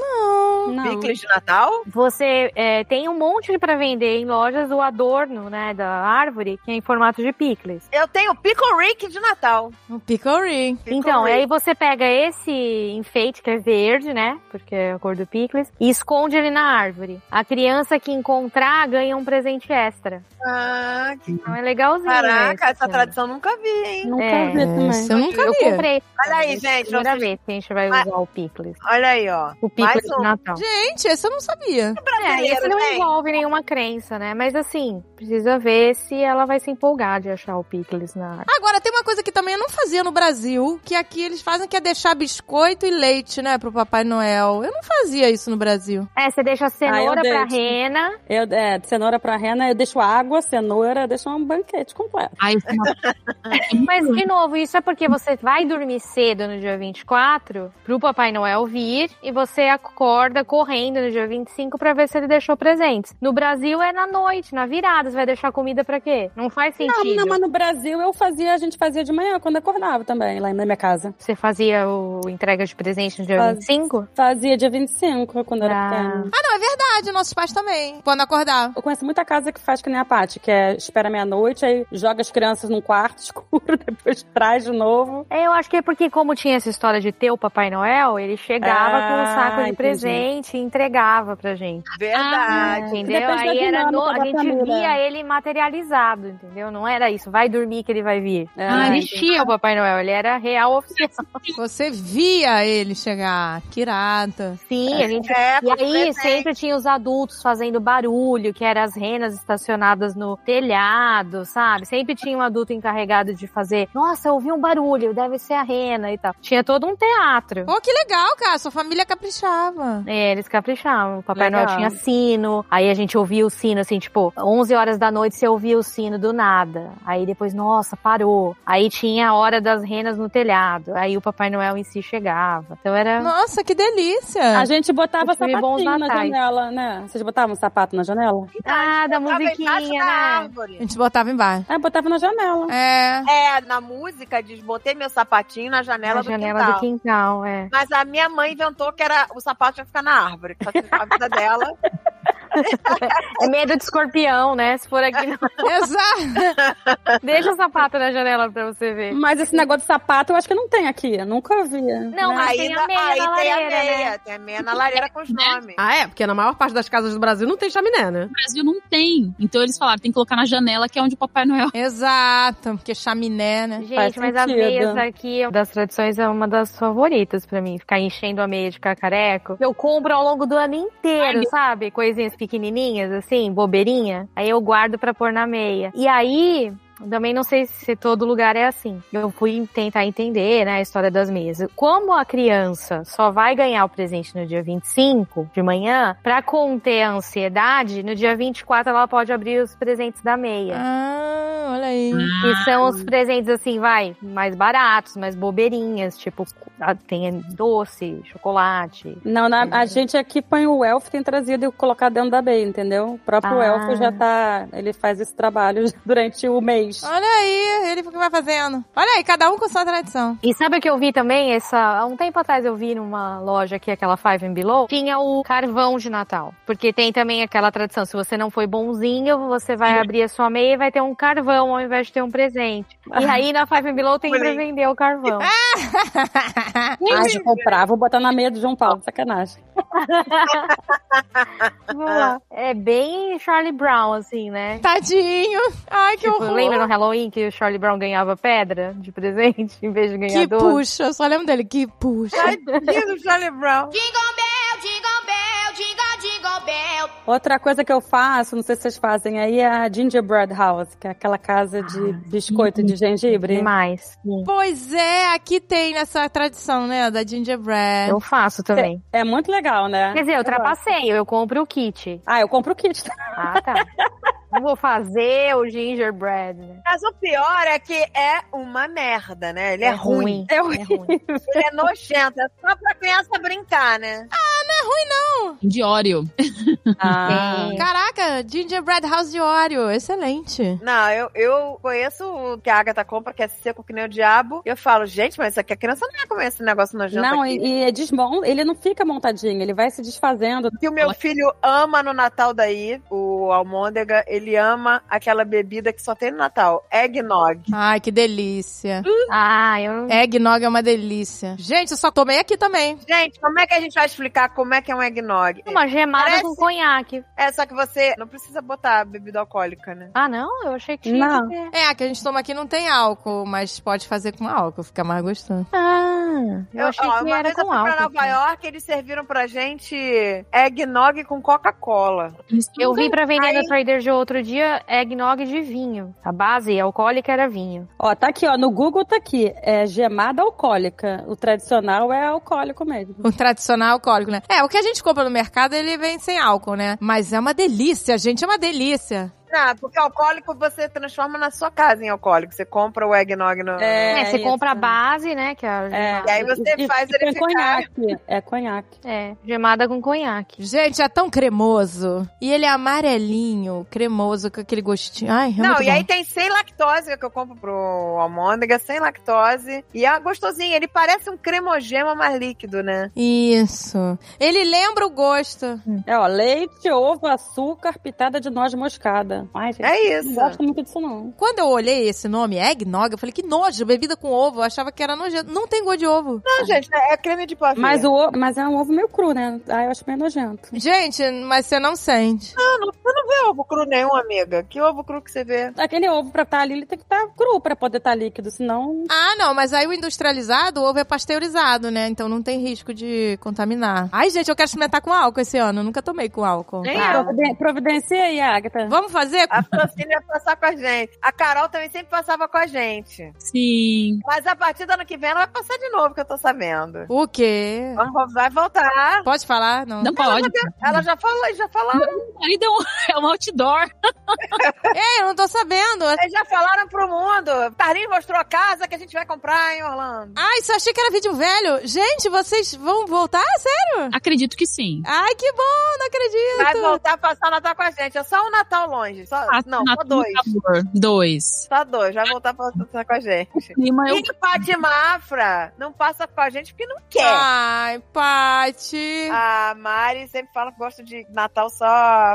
Não.
Picles de Natal?
Você é, tem um monte pra vender em lojas do adorno, né, da árvore, que é em formato de picles.
Eu tenho Pickle Rick de Natal.
Um pickle ring.
Pickle
então,
Rick.
aí você pega esse enfeite, que é verde, né? Porque é a cor do picles, e esconde ele na árvore. A criança que encontrar ganha um presente extra.
Ah, que
Então é legalzinho.
Caraca,
esse,
essa
né?
tradição nunca vi, hein?
Nunca
É.
vi também.
Isso eu nunca
Eu
vi.
comprei.
Olha aí,
Essa é a
gente,
Primeira
vocês-
vez que a gente vai
Ah.
usar o picles.
Olha aí, ó.
O picles
Mais
de
um.
Natal.
Gente, esse eu não sabia.
É, esse não
gente.
envolve nenhuma crença, né? Mas assim, precisa ver se ela vai se empolgar de achar o picles na árvore.
Agora, tem uma coisa que também eu não fazia no Brasil, que aqui eles fazem, que é deixar biscoito e leite, né, pro Papai Noel. Eu não fazia isso no Brasil.
É, você deixa a cenoura pra
deixo.
rena.
Eu, é, cenoura pra rena, eu deixo água, cenoura, eu deixo um banquete completo.
Ai, isso é uma-
Mas,
Uhum.
de novo, isso é porque você vai dormir cedo no dia 24 pro Papai Noel vir e você acorda correndo no dia 25 pra ver se ele deixou presentes. No Brasil é na noite, na virada. Você vai deixar comida pra quê? Não faz
Não,
sentido.
não, mas no Brasil eu fazia, a gente fazia de manhã quando acordava também, lá na minha casa.
Você fazia o entrega de presente no dia
Faz-
25?
Fazia dia 25, quando eu
Ah.
era pequena.
Ah, não, é verdade, nossos pais também. Quando acordar.
Eu conheço muita casa que faz que nem a Paty, que é espera meia-noite, aí joga as crianças num quarto (laughs) escuro, depois traz de novo.
É, Eu acho que é porque, como tinha essa história de ter o Papai Noel, ele chegava
Ah,
com um saco de
entendi.
presente e entregava pra gente.
Verdade.
Entendeu?
Depende da
Aí era
dinâmica
no-
da
a gente
família.
via ele materializado, entendeu? Não era isso, vai dormir que ele vai vir.
É,
Não existia o Papai Noel, ele era real oficial.
Você via ele chegar. Que irata.
Sim, a gente
É,
E aí
presente.
sempre tinha os adultos fazendo barulho, que eram as renas estacionadas no telhado, sabe? Sempre tinha um adulto encarregado de fazer, nossa, eu ouvi um barulho, deve ser a rena e tal. Tinha todo um teatro.
Pô, que legal, cara. Sua família caprichava.
É, eles caprichavam. O Papai
Legal.
Noel tinha sino, aí a gente ouvia o sino, assim, tipo, 11 horas da noite você ouvia o sino do nada. Aí depois, nossa, parou. Aí tinha a hora das renas no telhado. Aí o Papai Noel em si chegava. Então era...
Nossa, que
É.
delícia.
A gente botava
Eu tive bons
sapatinho na
natais.
janela, né? Vocês botavam sapato na janela?
Ah, da
Então, Tava embaixo
musiquinha,
da
né?
A
árvore.
gente botava embaixo.
É, botava na janela.
(laughs)
É.
É, na música diz, botei meu sapatinho na janela,
Na
do,
né? janela
quintal.
do quintal, é.
Mas a minha mãe inventou que era o sapato tinha que ficar na árvore, que facilitava a vida dela.
É medo de escorpião, né? Se for
(laughs)
aqui, não.
Exato.
deixa o sapato na janela pra você ver.
Mas esse negócio de sapato eu acho que não tem aqui. Eu nunca vi.
Não, (laughs) mas tem a meia
aí
na
tem
lareira,
a meia,
né?
tem a meia na lareira
(laughs)
com os nomes.
Ah, é? Porque na maior parte das casas do Brasil não tem chaminé, né?
No Brasil não tem. Então eles falaram, tem que colocar na janela, que é onde o Papai Noel
Exato. Porque chaminé, né?
Gente,
Faz
mas as
sentido.
meias aqui das tradições é uma das favoritas pra mim. Ficar enchendo a meia de cacareco. Eu compro ao longo do ano inteiro, sabe? Coisinhas pequenininhas, assim, bobeirinha. Aí eu guardo pra pôr na meia. E aí... Também não sei se todo lugar é assim. Eu fui tentar entender, né, a história das meias. Como a criança só vai ganhar o presente no dia 25 de manhã, pra conter a ansiedade, no dia 24 ela pode abrir os presentes da
É.
meia.
Ah, olha aí.
E são os presentes, assim, vai, mais baratos, mais bobeirinhas, tipo, ah, tem doce, chocolate.
Não, na- a gente aqui põe o elfo, tem trazido e colocado dentro da B, entendeu? O próprio
Ah.
elfo já tá. Ele faz esse trabalho durante o mês.
Olha aí, ele que vai fazendo. Olha aí, cada um com sua tradição.
E sabe o que eu vi também? Essa, há um tempo atrás eu vi numa loja aqui, aquela Five and Below, tinha o carvão de Natal. Porque tem também aquela tradição, se você não foi bonzinho, você vai abrir a sua meia e vai ter um carvão ao invés de ter um presente. E aí na Five and Below tem pra vender o carvão.
Ah, de comprar, vou botar na meia do João Paulo, sacanagem.
Vamos lá. É bem Charlie Brown, assim, né?
Tadinho. Ai, que
Tipo,
horror.
lembra no Halloween que o Charlie Brown ganhava pedra de presente (laughs) em vez de ganhar
Que
doce?
puxa, eu só lembro dele. Que puxa.
Tadinho do Charlie Brown.
Jingle bell, jingle bell, jingle, jingle bell.
Outra coisa que eu faço, não sei se vocês fazem aí, é a Gingerbread House, que é aquela casa de biscoito de gengibre.
Ah, Demais.
Pois é, aqui tem nessa tradição, né? Da gingerbread.
Eu faço também.
É muito legal, né?
Quer dizer, eu
gosto.
trapaceio, eu compro o kit.
Ah, eu compro o kit.
Ah, tá. Não vou fazer o gingerbread. né?
Mas o pior é que é uma merda, né? Ele é, ruim.
É
É ruim.
Ele é nojento. É só pra criança brincar, né?
de Oreo.
Ah.
Sim.
Caraca, gingerbread house de Oreo. Excelente.
Não, eu, eu conheço o que a Agatha compra, que é seco que nem o diabo. E eu falo, gente, mas isso aqui a criança não ia comer esse negócio nojento
Não,
tá aqui.
e, e desmon... ele não fica montadinho, ele vai se desfazendo.
Que o meu filho ama no Natal daí, o Almôndega, ele ama aquela bebida que só tem no Natal, eggnog.
Ai, que delícia.
Ah, eu não.
Eggnog é uma delícia. Gente, eu só tomei aqui também.
Gente, como é que a gente vai explicar como é que é um eggnog?
Uma gemada
Parece-
com conhaque.
É, só que você não precisa botar bebida alcoólica, né?
Ah, não? Eu achei que tinha
Não.
que ter.
É, a que a gente toma aqui não tem álcool, mas pode fazer com álcool, fica mais gostoso.
Ah, eu achei
ó,
que
uma
era
vez eu
com
fui pra
álcool.
Nova York, eles serviram pra gente eggnog com Coca-Cola.
Eu vi pra vender
Aí-
no Trader Joe outro dia eggnog de vinho. A base é alcoólica era vinho.
Ó, tá aqui, ó, no Google tá aqui, é gemada alcoólica. O tradicional é alcoólico mesmo.
O tradicional alcoólico, né? É, o que a gente compra no mercado, ele vem sem álcool, né? Mas é uma delícia, gente, é uma delícia.
Não, Ah, porque alcoólico você transforma na sua casa em alcoólico. Você compra o eggnog no.
É, você
isso.
compra a base, né? Que é, a
É.
gemada.
E aí você faz ele
é
ficar-
conhaque. É conhaque.
é gemada com conhaque.
Gente, é tão cremoso. E ele é amarelinho, cremoso, com aquele gostinho. Ai, é
Não,
muito
e
bom.
aí tem sem lactose, que eu compro pro almôndega, sem lactose. E é gostosinho, ele parece um cremogema mais líquido, né?
Isso. Ele lembra o gosto.
É, ó, leite, ovo, açúcar, pitada de noz moscada. Ai, gente,
É
não
isso.
gosto muito disso, não.
Quando eu olhei esse nome, é eggnog, eu falei, que nojo, bebida com ovo. Eu achava que era nojento. Não tem gosto de ovo.
Não, gente, é é creme de pavê.
Mas, o, ovo- mas é um ovo meio cru, né? Ah, eu acho meio nojento.
Gente, mas você não sente.
Não é ovo cru nenhum, amiga. Que ovo cru que você vê?
Aquele ovo pra estar ali, ele tem que estar cru pra poder estar líquido, senão...
Ah, não, mas aí o industrializado, o ovo é pasteurizado, né? Então não tem risco de contaminar. Ai, gente, eu quero experimentar com álcool esse ano. Eu nunca tomei com álcool.
Nem eu.
Providen- Providencia aí, Agatha.
Vamos fazer?
Ah, A Francine ia passar com a gente. A Carol também sempre passava com a gente.
Sim.
Mas a partir do ano que vem ela vai passar de novo, que eu tô sabendo.
O quê?
Vamos- Vai voltar.
Pode falar? Não.
Não pode. Então,
Ela já falou, já falou.
Ali deu é um, é um outdoor.
Ei, eu não tô sabendo.
Eles já falaram pro mundo. Tarlin mostrou a casa que a gente vai comprar em Orlando.
Ai, isso eu achei que era vídeo velho. Gente, vocês vão voltar? Sério?
Acredito que sim.
Ai, que bom, não acredito.
Vai voltar a passar o Natal com a gente. É só um Natal longe. Só, não, só
Ah, Natal, tá-
dois.
Natal, Dois.
Só dois. Vai voltar a passar com a gente.
Clima, eu-
E Pati Mafra não passa com a gente porque não quer.
Ai, Paty.
A Mari sempre fala que gosta de Natal só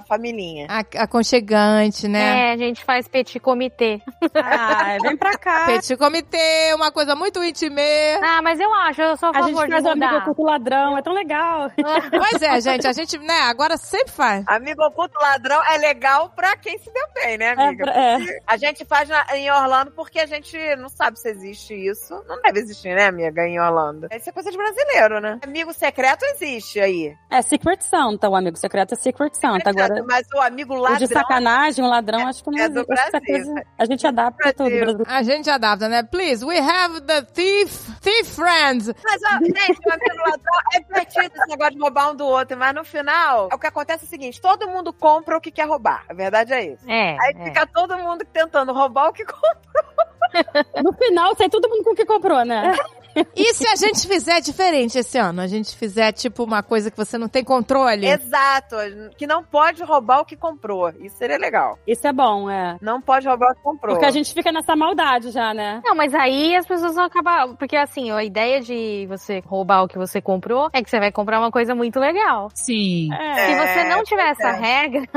familhinha.
A- Aconchegante, né?
É, a gente faz
(laughs)
petit comitê.
Ah, vem pra cá.
Petit comitê, uma coisa muito intimê.
Ah, mas eu acho, eu sou a
A
favor
gente
de
faz o amigo
mudar.
oculto ladrão, é tão legal.
Pois é, gente, a gente, né, agora sempre faz.
Amigo oculto ladrão é legal pra quem se deu bem, né,
É,
amiga?
pra- é.
A gente faz na- em Orlando porque a gente não sabe se existe isso. Não deve existir, né, amiga, em Orlando. Isso é coisa de brasileiro, né? Amigo secreto existe aí.
É Secret Santa, o amigo secreto é Secret Santa. Agora,
Mas o amigo
o de
ladrão...
sacanagem, o ladrão, acho que não
é do
existe. Acho que essa
Brasil. É
coisa- a gente adapta tudo.
Brasil.
Brasil.
A gente adapta, né? Please, we have the thief, thief friends.
Mas, ó, gente, o amigo ladrão é divertido esse negócio de roubar um do outro. Mas no final, o que acontece é o seguinte. Todo mundo compra o que quer roubar. A verdade é isso.
É,
Aí
é.
fica todo mundo tentando roubar o que comprou.
No final, sai todo mundo com o que comprou, né?
É.
E se a gente fizer diferente esse ano? A gente fizer, tipo, uma coisa que você não tem controle?
Exato. Que não pode roubar o que comprou. Isso seria legal.
Isso é bom, é.
Não pode roubar o que comprou.
Porque a gente fica nessa maldade já, né?
Não, mas aí as pessoas vão acabar. Porque assim, a ideia de você roubar o que você comprou é que você vai comprar uma coisa muito legal.
Sim.
É.
Se
É,
você não tiver
pois
essa
é.
regra,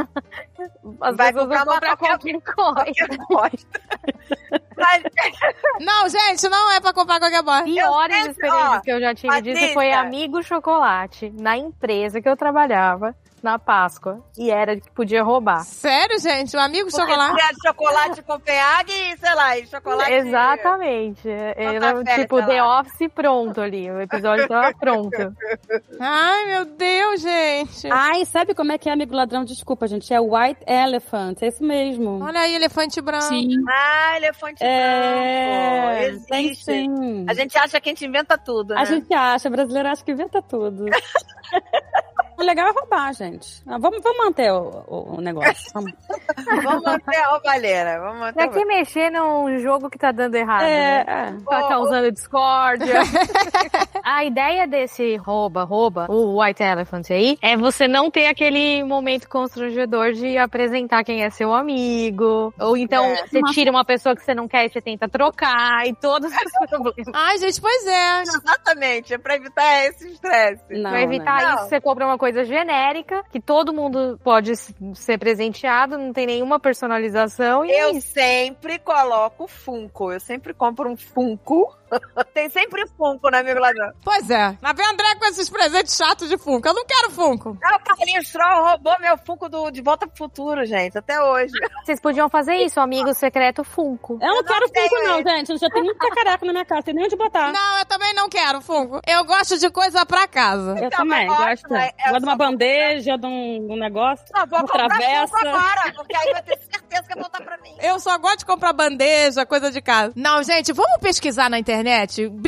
(laughs) as
Vai
pessoas
comprar uma
vão comprar
qualquer-
qualquer
(laughs) Qualquer
coisa.
bosta. Mas,
Não, gente, não é pra comprar qualquer bosta.
Piores
sempre, ó,
experiências que eu já tive disso foi
Patrícia.
amigo chocolate na empresa que eu trabalhava na Páscoa e era de que podia roubar.
Sério, gente? Um amigo
porque
chocolate?
tinha chocolate Copenhague e, sei lá, e chocolate...
Exatamente. Era
café,
tipo
sei
The
lá.
Office pronto ali. O episódio tava pronto.
Ai, meu Deus, gente.
Ai, sabe como é que é amigo ladrão? Desculpa, gente. É White Elephant, é isso mesmo.
Olha aí, elefante branco.
Sim.
Ah, elefante
É,
branco.
tem
Existe.
sim.
A gente acha que a gente inventa tudo, né?
A gente acha, brasileiro acha que inventa tudo. (laughs) o legal é roubar, gente. Ah, Vamos, vamos manter o, o- o negócio. Vamos.
(laughs) Vamos até a Valera. Vamos até
Pra que mexer num jogo que tá dando errado, né?
É, é.
Tá causando discórdia. a ideia desse rouba, rouba, o White Elephant aí, é você não ter aquele momento constrangedor de apresentar quem é seu amigo. Ou então
É.
você tira uma pessoa que você não quer e você tenta trocar e todos os problemas.
Ai, gente, pois é.
Exatamente, é pra evitar esse estresse.
Não,
Pra evitar
né?
isso, você compra uma coisa genérica, que todo mundo pode s- ser presenteado, não tem nenhuma personalização. E é
Eu
isso.
sempre coloco Funko. Eu sempre compro um Funko. (laughs) Tem sempre Funko, né, amigo ladrão?
Pois é. Lá vem André com esses presentes chatos de Funko. Eu não quero Funko.
Ah, o Carlinhos Stroll roubou meu Funko do De Volta pro Futuro, gente, até
(laughs)
hoje.
vocês podiam fazer isso, amigo secreto Funko.
Eu não quero
tenho
Funko, não, gente. Eu já tenho muito cacareco na minha casa, tem nem onde botar.
Não, eu também não quero Funko. Eu gosto de coisa pra casa.
Eu
Tá,
também,
mas
gosto.
ótimo, é- é
gosto de uma
só-
bandeja, de um, um negócio.
Só vou
Uma
comprar
travessa.
Funko agora, porque aí eu tenho certeza que vai voltar pra mim.
Eu só gosto de comprar bandeja, coisa de casa. Não, gente, vamos pesquisar na internet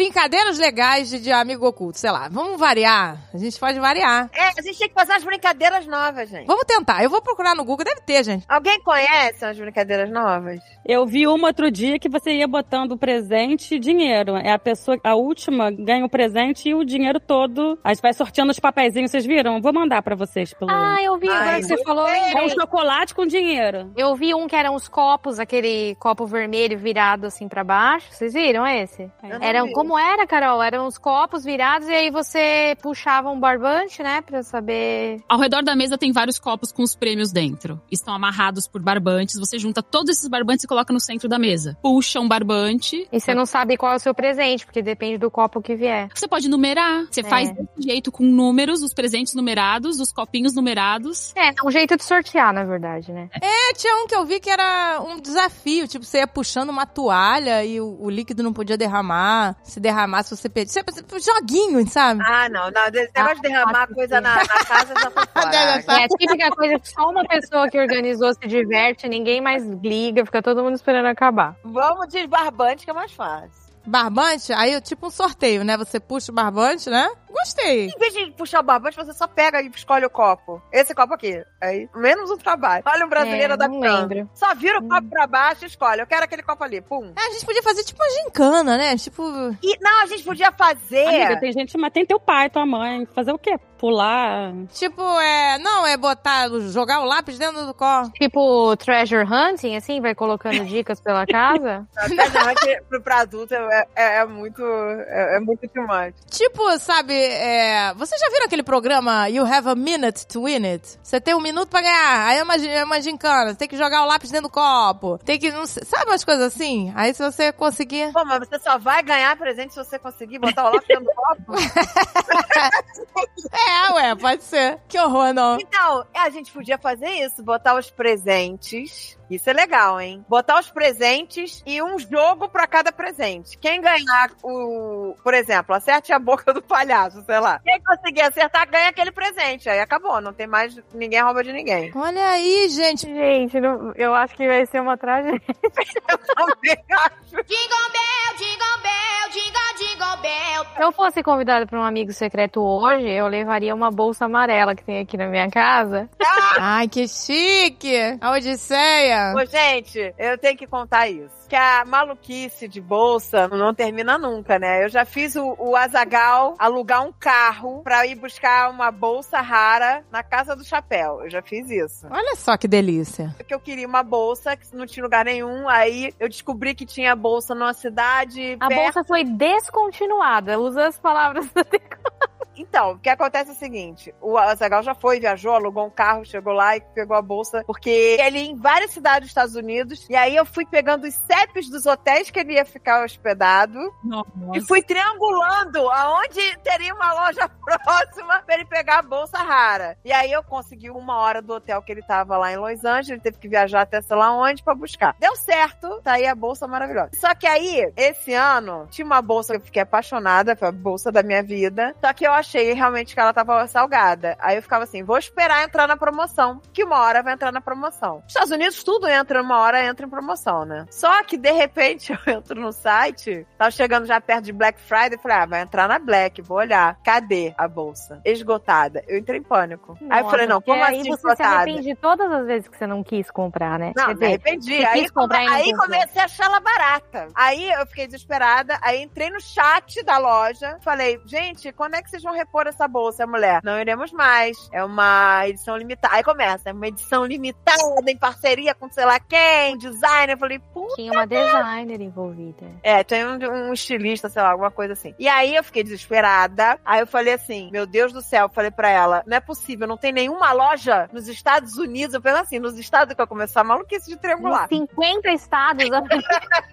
brincadeiras legais de, de amigo oculto, sei lá. Vamos variar. A gente pode variar.
É, a gente tem que fazer umas brincadeiras novas, gente.
Vamos tentar. Eu vou procurar no Google, deve ter, gente.
Alguém conhece umas brincadeiras novas?
Eu vi uma outro dia que você ia botando presente e dinheiro. É a pessoa, a última ganha o presente e o dinheiro todo. Aí vai sorteando os papeizinhos, vocês viram? Vou mandar pra vocês pelo.
Ah, eu vi agora
Ai,
que você falou. eu
é um
lembrei.
chocolate com dinheiro.
Eu vi um que eram os copos, aquele copo vermelho virado assim pra baixo. Vocês viram esse?
Eu não
Eram
vi.
como era, Carol? Eram os copos virados e aí você puxava um barbante, né, Pra saber.
Ao redor da mesa tem vários copos com os prêmios dentro. Estão amarrados por barbantes. Você junta todos esses barbantes e coloca no centro da mesa. Puxa um barbante.
E você não sabe qual é o seu presente, porque depende do copo que vier.
Você pode numerar. Você
É.
faz desse jeito com números, os presentes numerados, os copinhos numerados.
É, é um jeito de sortear, na verdade, né?
É, tinha um que eu vi que era um desafio. Tipo, você ia puxando uma toalha e o, o líquido não podia derramar. Se derramasse, você perdia. Sempre- Joguinho, sabe?
Ah, não, não. Esse negócio de derramar coisa na, na casa eu já (laughs) tô fora.
É a típica coisa que só uma pessoa que organizou se diverte, ninguém mais liga, fica todo mundo esperando acabar.
Vamos de barbante que é mais fácil.
Barbante, aí é tipo um sorteio, né? Você puxa o barbante, né? Gostei.
Em vez de puxar barbante, você só pega e escolhe o copo. Esse copo aqui. Aí, menos um trabalho. Olha o brasileiro
É,
da
não
Fran.
lembro.
Só vira o copo pra baixo e escolhe. Eu quero aquele copo ali. Pum.
É, a gente podia fazer tipo uma gincana, né? Tipo.
E não, a gente podia fazer.
Amiga, tem gente, mas tem teu pai, tua mãe. Fazer o quê? Pular.
Tipo, é. Não, é botar. jogar o lápis dentro do copo.
Tipo treasure hunting, assim, vai colocando dicas pela casa.
(laughs) Até é pro, pra adulto é, é- é muito. É, é muito demais.
Tipo, sabe, é. Vocês já viram aquele programa You Have a Minute to Win It? Você tem um minuto pra ganhar. Aí é uma, gi- é uma gincana. Você tem que jogar o lápis dentro do copo. Tem que. Não, sei- sabe umas coisas assim? Aí se você conseguir.
Pô, mas você só vai ganhar presente se você conseguir botar o lápis dentro do copo.
É, ué, pode ser. (laughs) Que horror, não.
Então, a gente podia fazer isso, botar os presentes. Isso é legal, hein? Botar os presentes e um jogo pra cada presente. Quem ganhar o, por exemplo, acerte a boca do palhaço, sei lá. Quem conseguir acertar ganha aquele presente. Aí acabou, não tem mais ninguém rouba
(laughs)
de ninguém.
Olha aí, gente.
Gente, não- eu acho que vai ser uma tragédia.
Jingle bell, jingle bell, jingle jingle bell.
Se eu fosse convidada para um amigo secreto hoje, eu levaria uma bolsa amarela que tem aqui na minha casa.
Ai, que chique. A Odisseia.
Ô, gente, eu tenho que contar isso. Que a maluquice de bolsa não termina nunca, né? Eu já fiz o, o Azagal alugar um carro pra ir buscar uma bolsa rara na casa do chapéu. Eu já fiz isso.
Olha só que delícia.
que eu queria uma bolsa, que não tinha lugar nenhum. Aí eu descobri que tinha bolsa numa cidade.
A
perto.
bolsa foi descontinuada, usando as palavras.
Então, o que acontece é o seguinte: o Azagal já foi, viajou, alugou um carro, chegou lá e pegou a bolsa, porque ele ia em várias cidades dos Estados Unidos. E aí eu fui pegando os CEPs dos hotéis que ele ia ficar hospedado e
Nossa.
fui triangulando aonde teria uma loja (laughs) próxima pra ele pegar a bolsa rara. E aí eu consegui uma hora do hotel que ele tava lá em Los Angeles, ele teve que viajar até sei lá onde pra buscar. Deu certo, tá aí a bolsa maravilhosa. Só que aí, esse ano, tinha uma bolsa que eu fiquei apaixonada, foi a bolsa da minha vida. Só que eu achei realmente que ela tava salgada. Aí eu ficava assim, vou esperar entrar na promoção, que uma hora vai entrar na promoção. Nos Estados Unidos tudo entra, uma hora entra em promoção, né? Só que de repente (laughs) eu entro no site, tava chegando já perto de Black Friday, falei, ah, vai entrar na Black, vou olhar. Cadê a bolsa? Esgotada. Eu entrei em pânico. aí eu falei, não,
porque
como
aí
assim
você se
esgotada?
arrepende todas as vezes que você não quis comprar, né?
Não,
Quer
me
dizer,
arrependi.
você
Aí,
quis comprar
come-
e não
aí
comprou.
comecei a achar ela barata. Aí eu fiquei desesperada. Aí entrei no chat da loja. Falei, gente, quando é que vocês vão repor essa bolsa, mulher? Não iremos mais. É uma edição limitada. Aí começa, é uma edição limitada em parceria com sei lá quem, designer. Eu falei, puta.
tinha uma designer envolvida.
É, tem um, um estilista, sei lá, alguma coisa assim. E aí eu fiquei desesperada. Aí eu falei assim, meu Deus do céu, eu falei pra ela, não é possível, não tem nenhuma loja nos Estados Unidos. Eu pensei assim, nos Estados que eu começar a maluquice de triangular.
Nos 50 estados.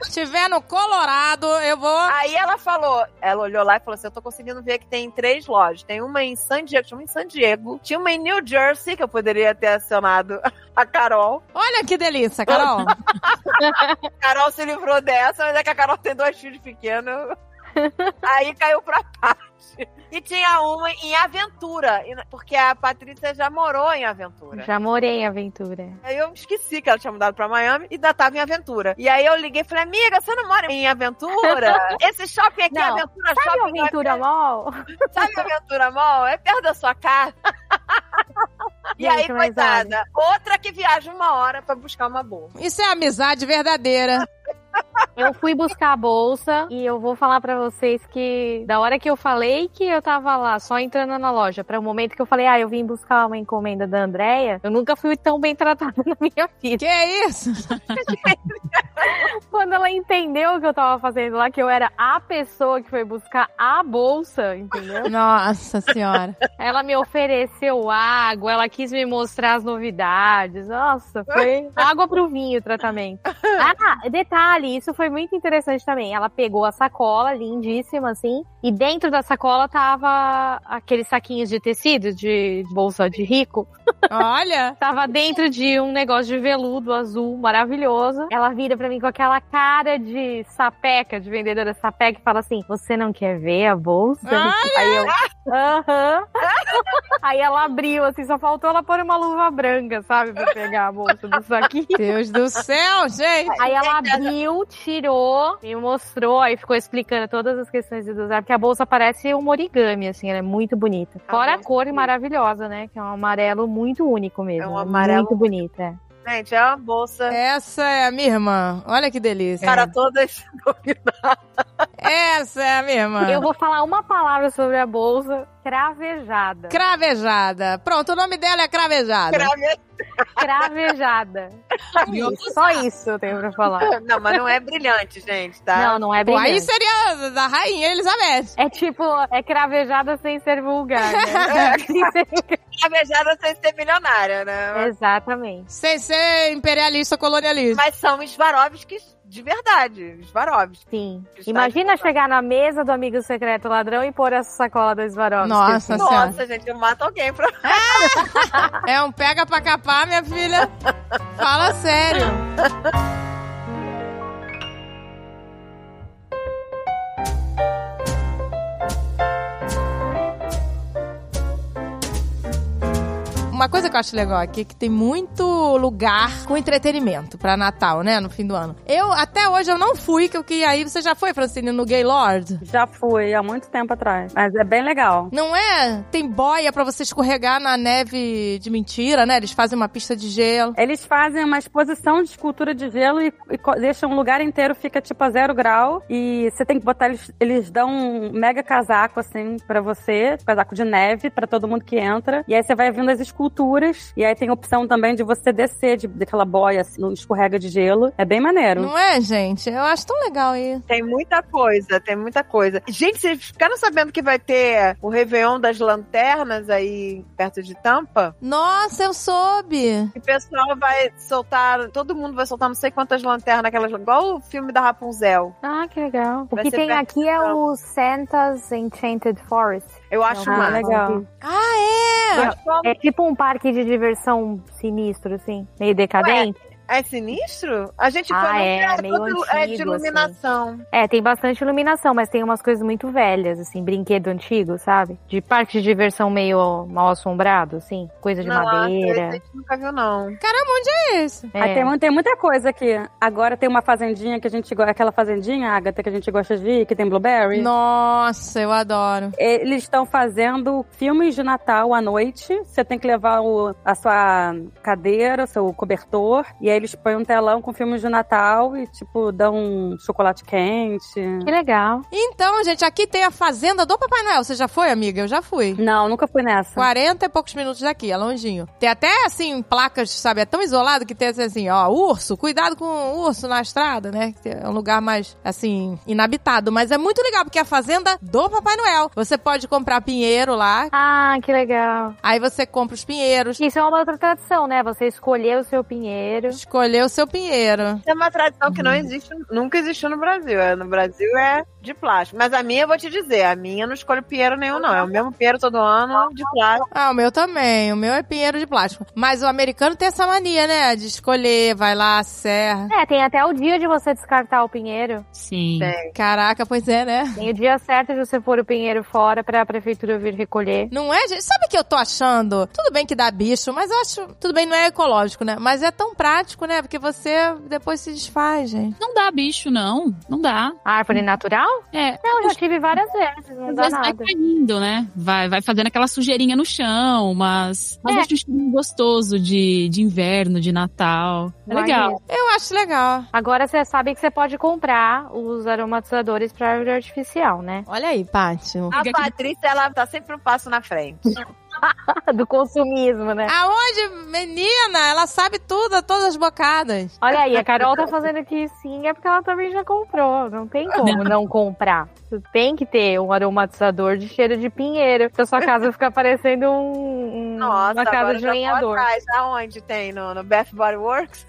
Se tiver no Colorado, eu vou.
Aí ela falou, ela olhou lá e falou assim: Eu tô conseguindo ver que tem três lojas. Tem uma em San Diego, tinha uma em San Diego, tinha uma em New Jersey, que eu poderia ter acionado (laughs) a Carol.
Olha que delícia, Carol.
A Carol se livrou dessa, mas é que a Carol tem dois filhos
(laughs)
pequenos. Aí caiu pra parte. E tinha uma em Aventura, e- porque a Patrícia já morou em Aventura.
(laughs) Já morei em aventura.
Aí eu esqueci que ela tinha mudado pra Miami e ainda tava em Aventura. E aí eu liguei e falei, amiga, você não mora em
(laughs)
Aventura? Esse shopping aqui, é
Não.
Aventura
Sabe
Shopping.
o Aventura Mall?
Sabe a Aventura Mall? É perto da sua
(laughs)
casa. E
Gente,
aí,
mas olha.
coitada, outra que viaja uma hora pra buscar uma bolsa.
Isso é amizade verdadeira.
Eu fui buscar a bolsa e eu vou falar pra vocês que da hora que eu falei que eu tava lá só entrando na loja, para o momento que eu falei, ah, eu vim buscar uma encomenda da Andrea, eu nunca fui tão bem tratada (laughs) na minha vida.
Que isso?
Quando ela entendeu o que eu tava fazendo lá, que eu era a pessoa que foi buscar a bolsa, entendeu?
Nossa senhora.
Ela me ofereceu água, ela quis me mostrar as novidades. Nossa, foi água pro vinho o tratamento. Ah, detalhe, isso foi muito interessante também. Ela pegou a sacola, lindíssima assim, e dentro da sacola tava aqueles saquinhos de tecido de bolsa de rico.
Olha.
Tava dentro de um negócio de veludo azul maravilhoso. Ela vira pra mim com aquela cara de sapeca, de (laughs) vendedora sapeca, e fala assim: Você não quer ver a bolsa?
Olha.
Aí eu, aham. (laughs) Aí ela abriu, assim, só faltou ela pôr uma luva branca, sabe? Pra pegar a bolsa do saquinho.
Deus do céu, gente.
Aí ela abriu, tirou, me mostrou, aí ficou explicando todas as questões de usar, porque a bolsa parece um origami, assim, ela é muito bonita. Fora a
bolsa
cor
é
maravilhosa, né? Que é um amarelo muito único mesmo.
É um amarelo
Muito bonito, é.
Gente, é uma bolsa
Essa é a minha irmã. Olha que
É.
delícia.
para todas (laughs) dominadas.
Essa é a minha irmã.
Eu vou falar uma palavra sobre a bolsa.
(laughs)
Cravejada.
Cravejada. Pronto, o nome dela é Cravejada.
Cravejada. Isso, Só isso eu tenho pra falar.
Não, mas não é brilhante, gente, tá?
Não, não é
Pô, aí
brilhante.
seria da rainha Elizabeth.
É tipo, é cravejada sem ser
(laughs)
vulgar. né? Sem ser vulgar.
Cravejada sem ser milionária, né?
Exatamente.
Sem ser imperialista colonialista.
Mas são Swarovski de verdade, Swarovski.
Sim. Imagina chegar na mesa do amigo secreto ladrão e pôr essa sacola do Swarovski.
Nossa senhora.
Nossa, gente, eu mato alguém pra...
É um pega pra capar, minha filha. Fala sério. Uma coisa que eu acho legal aqui é que tem muito lugar com entretenimento pra Natal, né? No fim do ano. Eu, até hoje, eu não fui, que eu que aí você já foi, Francine, no Gaylord?
Já fui, há muito tempo atrás. Mas é bem legal.
Não é? Tem boia pra você escorregar na neve de mentira, né? Eles fazem uma pista de gelo.
Eles fazem uma exposição de escultura de gelo e, e co- deixam um lugar inteiro, fica tipo a zero grau. E você tem que botar, eles, eles dão um mega casaco assim pra você, casaco de neve pra todo mundo que entra. E aí você vai vendo as esculturas. E aí tem a opção também de você descer de, daquela boia, assim, no escorrega de gelo. É bem maneiro.
Não é, gente? Eu acho tão legal aí.
Tem muita coisa, tem muita coisa. Gente, vocês ficaram sabendo que vai ter o Réveillon das Lanternas aí perto de Tampa?
Nossa, eu soube.
E o pessoal vai soltar, todo mundo vai soltar não sei quantas lanternas, aquelas, igual o filme da Rapunzel.
Ah, que legal. O
Vai
que
ser
tem
perto
aqui é o Santa's Enchanted Forest.
Eu acho
Ah,
massa.
legal.
Ah,
Mas como-
É tipo um parque de diversão sinistro, assim, meio decadente.
É sinistro? A gente
Ah,
foi no
é,
teatro,
meio
tudo é de
antigo, assim.
iluminação.
É, tem bastante iluminação, mas tem umas coisas muito velhas, assim, brinquedo antigo, sabe? De parque de diversão meio mal assombrado, assim, coisa de
Não,
madeira.
esse a gente nunca viu, não.
É isso.
É.
Aí tem, mu- tem muita coisa aqui. Agora tem uma fazendinha que a gente gosta, aquela fazendinha, Agatha, que a gente gosta de ir, que tem blueberry.
Nossa, eu adoro.
Eles estão fazendo filmes de Natal à noite. Você tem que levar o- a sua cadeira, o seu cobertor. E aí eles põem um telão com filmes de Natal e, tipo, dão um chocolate quente.
Que legal.
Então, gente, aqui tem a Fazenda do Papai Noel. Você já foi, amiga? Eu já fui.
Não, nunca fui nessa.
40 e poucos minutos daqui, é longinho. Tem até, assim, placas, sabe? É tão isolado que tem assim, ó, urso, cuidado com o urso na estrada, né? Que É um lugar mais, assim, inabitado. Mas é muito legal, porque é a fazenda do Papai Noel. Você pode comprar pinheiro lá,
Ah, que legal.
aí você compra os pinheiros,
Isso é uma outra tradição, né? Você escolher o seu pinheiro.
escolher o seu pinheiro.
Isso é uma tradição
Uhum.
que não existe, nunca existiu no Brasil. É, No Brasil é de plástico. Mas a minha, eu vou te dizer, a minha eu não escolho pinheiro nenhum, não. É o mesmo pinheiro todo ano, de plástico.
Ah, o meu também. O meu é pinheiro de plástico. Mas o americano tem essa mania, né? De escolher, vai lá, serra.
É, tem até o dia de você descartar o pinheiro.
Sim.
Tem.
Caraca, pois é, né?
Tem o dia certo de você pôr o pinheiro fora pra prefeitura vir recolher.
Não é, gente? Sabe o que eu tô achando? Tudo bem que dá bicho, mas eu acho. Tudo bem, não é ecológico, né? Mas é tão prático, né? Porque você depois se desfaz, gente.
Não dá bicho, não. Não dá.
Árvore natural?
É.
Não, já tive várias vezes, não
Às
dá
vezes vai
nada.
caindo, né? Vai, vai fazendo aquela sujeirinha no chão, mas, mas
É.
acho um cheirinho gostoso de, de inverno, de Natal. É
Vai
legal.
mesmo.
Eu acho legal.
Agora você sabe que você pode comprar os aromatizadores pra árvore artificial, né?
Olha aí, Paty.
A
Fica aqui-
Patrícia, ela tá sempre um passo na frente.
(laughs) Do consumismo, né?
Aonde, menina? Ela sabe tudo, a todas as bocadas.
Olha aí, a Carol tá fazendo que sim, é porque ela também já comprou. Não tem como não comprar. Você tem que ter um aromatizador de cheiro de pinheiro, pra sua casa ficar parecendo um, um-
Nossa,
uma casa
agora
de
já tô
lenhador.
atrás. Aonde tem? No, no Bath Body Works?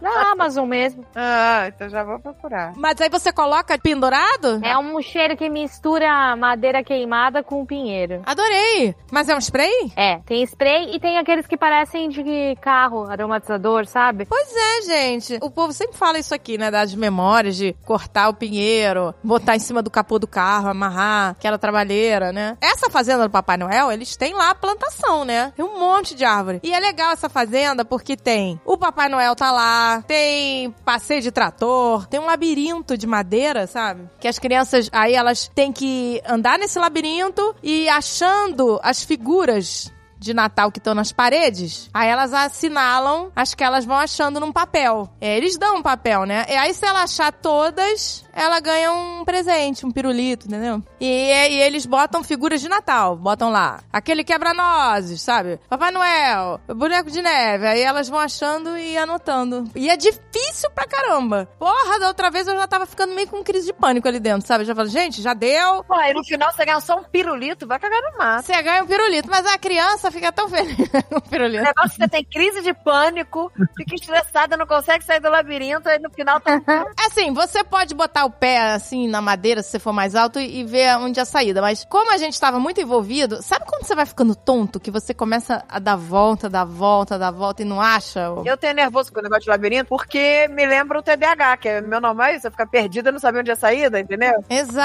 Na Amazon mesmo.
Ah, então já vou procurar.
Mas aí você coloca pendurado?
É um cheiro que mistura madeira queimada com pinheiro.
Adorei. Mas é um spray?
É, tem spray e tem aqueles que parecem de carro, aromatizador, sabe?
É, né? gente. O povo sempre fala isso aqui, né? Das memórias de cortar o pinheiro, botar em cima do capô do carro, amarrar aquela trabalheira, né? Essa fazenda do Papai Noel, eles têm lá a plantação, né? Tem um monte de árvore. E é legal essa fazenda porque tem o Papai Noel tá lá, tem passeio de trator, tem um labirinto de madeira, sabe? Que as crianças, aí elas têm que andar nesse labirinto e achando as figuras de Natal que estão nas paredes, aí elas assinalam as que elas vão achando num papel. É, eles dão um papel, né? E aí, se ela achar todas, ela ganha um presente, um pirulito, entendeu? E, e eles botam figuras de Natal, botam lá. Aquele quebra-nozes, sabe? Papai Noel, boneco de neve. Aí elas vão achando e anotando. E é difícil pra caramba. Porra, da outra vez eu já tava ficando meio com crise de pânico ali dentro, sabe? Eu já falo, gente, já deu.
Pô, aí no final você ganha só um pirulito, vai cagar no (laughs) mato.
Você ganha um pirulito, mas a criança fica tão feliz (laughs) com o
O
pirulito.
negócio que você tem crise de pânico, fica estressada, não consegue sair do labirinto, aí no final tá
Assim, você pode botar o pé assim na madeira, se você for mais alto, e e ver onde é a saída. Mas como a gente tava muito envolvido, sabe quando você vai ficando tonto, que você começa a dar volta, dar volta, dar volta e não acha? o-
Eu tenho nervoso com o negócio de labirinto porque me lembra o TDAH, que é meu normal é isso, eu ficar perdida, não saber onde é a saída, entendeu?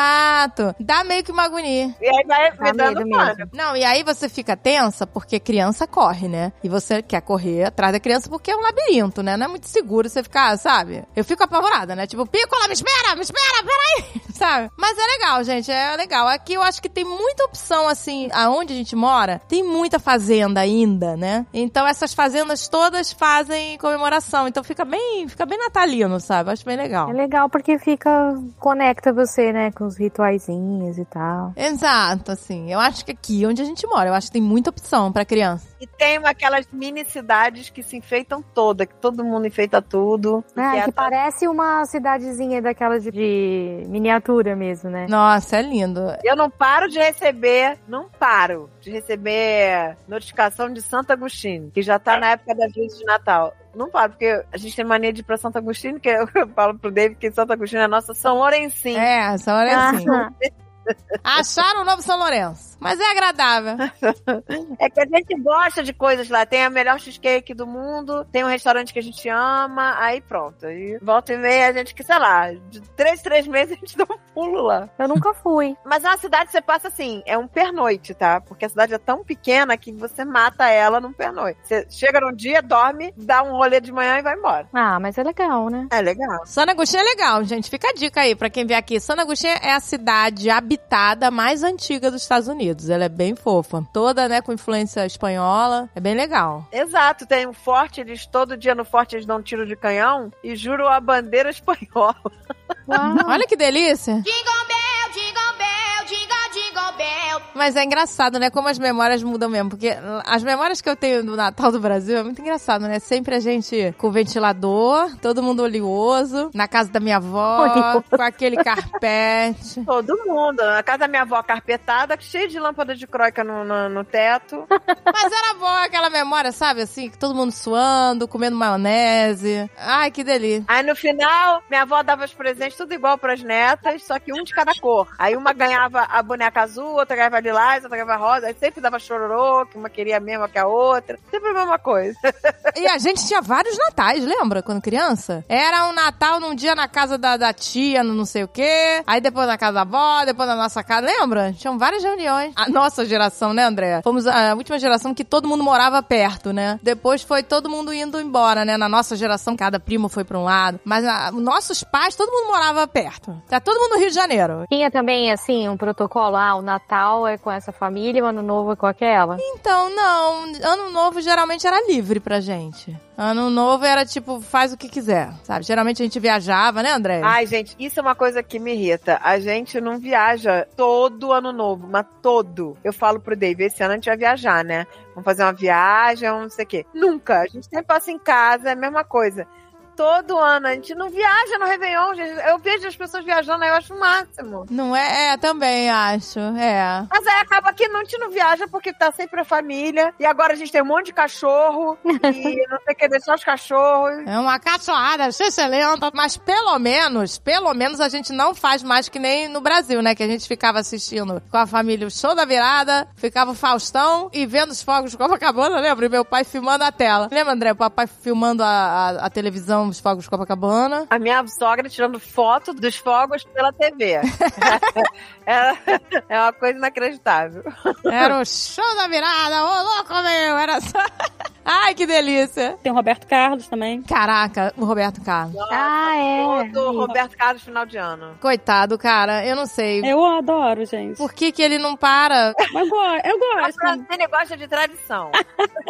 Exato. Dá meio que uma agonia.
E aí vai me
Dá
dando
medo
pânico.
Não, e aí você fica tensa porque criança corre, né? E você quer correr atrás da criança porque é um labirinto, né? Não é muito seguro você ficar, sabe? Eu fico apavorada, né? Tipo, Pícola, me espera, me espera, peraí! (laughs) Sabe? Mas é legal, gente, é legal. Aqui eu acho que tem muita opção, assim, aonde a gente mora, tem muita fazenda ainda, né? Então essas fazendas todas fazem comemoração. Então fica bem, fica bem natalino, sabe? Eu Acho bem legal.
É legal porque fica. conecta você, né, com os rituaizinhos e tal.
Exato, assim. Eu acho que aqui onde a gente mora, eu acho que tem muita opção pra criança.
E tem aquelas mini cidades que se enfeitam toda, que todo mundo enfeita tudo.
É,
E
que
é
parece uma cidadezinha daquela de, de miniatura mesmo, né?
Nossa, é lindo.
Eu não paro de receber, não paro de receber notificação de Santo Agostinho, que já tá na época das luzes de Natal. Não paro, porque a gente tem mania de ir pra Santo Agostinho, que (laughs) eu falo pro David que Santo Agostinho é nossa São Lourencinho.
É, São Lourenço.
Ah,
Acharam o novo São Lourenço. Mas é agradável.
É que a gente gosta de coisas lá. Tem a melhor cheesecake do mundo, tem um restaurante que a gente ama, aí pronto. Aí volta e meia a gente que, sei lá, de três, três meses a gente dá um pulo lá.
(laughs) eu nunca fui.
Mas é uma cidade que você passa assim, é um pernoite, tá? Porque a cidade é tão pequena que você mata ela num pernoite. Você chega num dia, dorme, dá um rolê de manhã e vai embora.
Ah, mas é legal, né?
É legal.
Santa Agostinho é legal, gente. Fica a dica aí pra quem vier aqui. Santa Agostinho é a cidade habitada mais antiga dos Estados Unidos. Ela é bem fofa. Toda, né, com influência espanhola. É bem legal.
Exato, tem um forte, eles todo dia no forte eles dão um tiro de canhão e juram a bandeira (laughs) espanhola.
Uau.
Olha que delícia.
Jingle bell, jingle bell, jingle, jingle bell.
Mas é engraçado, né? Como as memórias mudam mesmo. Porque as memórias que eu tenho do Natal do Brasil é muito engraçado, né? Sempre a gente com o ventilador, todo mundo oleoso, na casa da minha avó,
Oleoso.
com aquele carpete.
Todo mundo. Na casa da minha avó carpetada, cheia de lâmpada de croica no, no, no teto.
Mas era boa aquela memória, sabe? Assim, que todo mundo suando, comendo maionese. Ai, que delícia.
Aí no final, minha avó dava os presentes tudo igual pras netas, só que um de cada cor. Aí uma ganhava a boneca azul, outra ganhava lilás, outra ganhava rosa. Aí sempre dava chororô, que uma queria a mesma que a outra. Sempre a mesma coisa.
E a gente tinha vários natais, lembra? Quando criança? Era um natal num dia na casa da, da tia, no não sei o quê. Aí depois na casa da avó, depois na nossa casa. Lembra? Tinham várias reuniões. A nossa geração, né, André? Fomos a última geração que todo mundo morava perto, né? Depois foi todo mundo indo embora, né? Na nossa geração, cada primo foi pra um lado. Mas ah, nossos pais, todo mundo morava perto. Tá todo mundo no Rio de Janeiro.
Tinha também, assim, um protocolo. Ah, o Natal é com essa família, o Ano Novo é com aquela.
Então, não. Ano novo geralmente era livre pra gente. Ano novo era tipo, faz o que quiser, sabe? Geralmente a gente viajava, né, André?
Ai, gente, isso é uma coisa que me irrita. A gente não viaja todo ano novo, mas todo. Eu falo pro Dave, esse ano a gente vai viajar, né? Vamos fazer uma viagem, um não sei o quê. Nunca. A gente sempre passa em casa, é a mesma coisa. Todo ano, a gente não viaja no Réveillon. gente. Eu vejo as pessoas viajando, aí eu acho o máximo.
Não é? É, também acho. É.
Mas aí acaba que não, a gente não viaja porque tá sempre a família. E agora a gente tem um monte de cachorro.
(laughs)
e não sei o que, deixar os cachorros.
É uma cachorrada excelente, mas pelo menos, pelo menos a gente não faz mais que nem no Brasil, né? Que a gente ficava assistindo com a família o show da virada, ficava o Faustão e vendo os fogos de Copacabana, lembra? E meu pai filmando a tela. Lembra, André? O papai filmando a, a- a televisão Amamos fogos Copacabana.
A minha sogra tirando foto dos fogos pela TV. Era- (laughs) é uma coisa inacreditável.
(laughs) Era o show da virada, ô louco meu! Era só. (laughs) Ai, que delícia!
Tem o Roberto Carlos também.
Caraca, o Roberto Carlos.
Ah, é.
Do Roberto Carlos, final de ano.
Coitado, cara, eu não sei.
Eu adoro, gente.
Por que, que ele não para?
(laughs) Mas eu go- eu
A
gosto.
Francine gosta de tradição.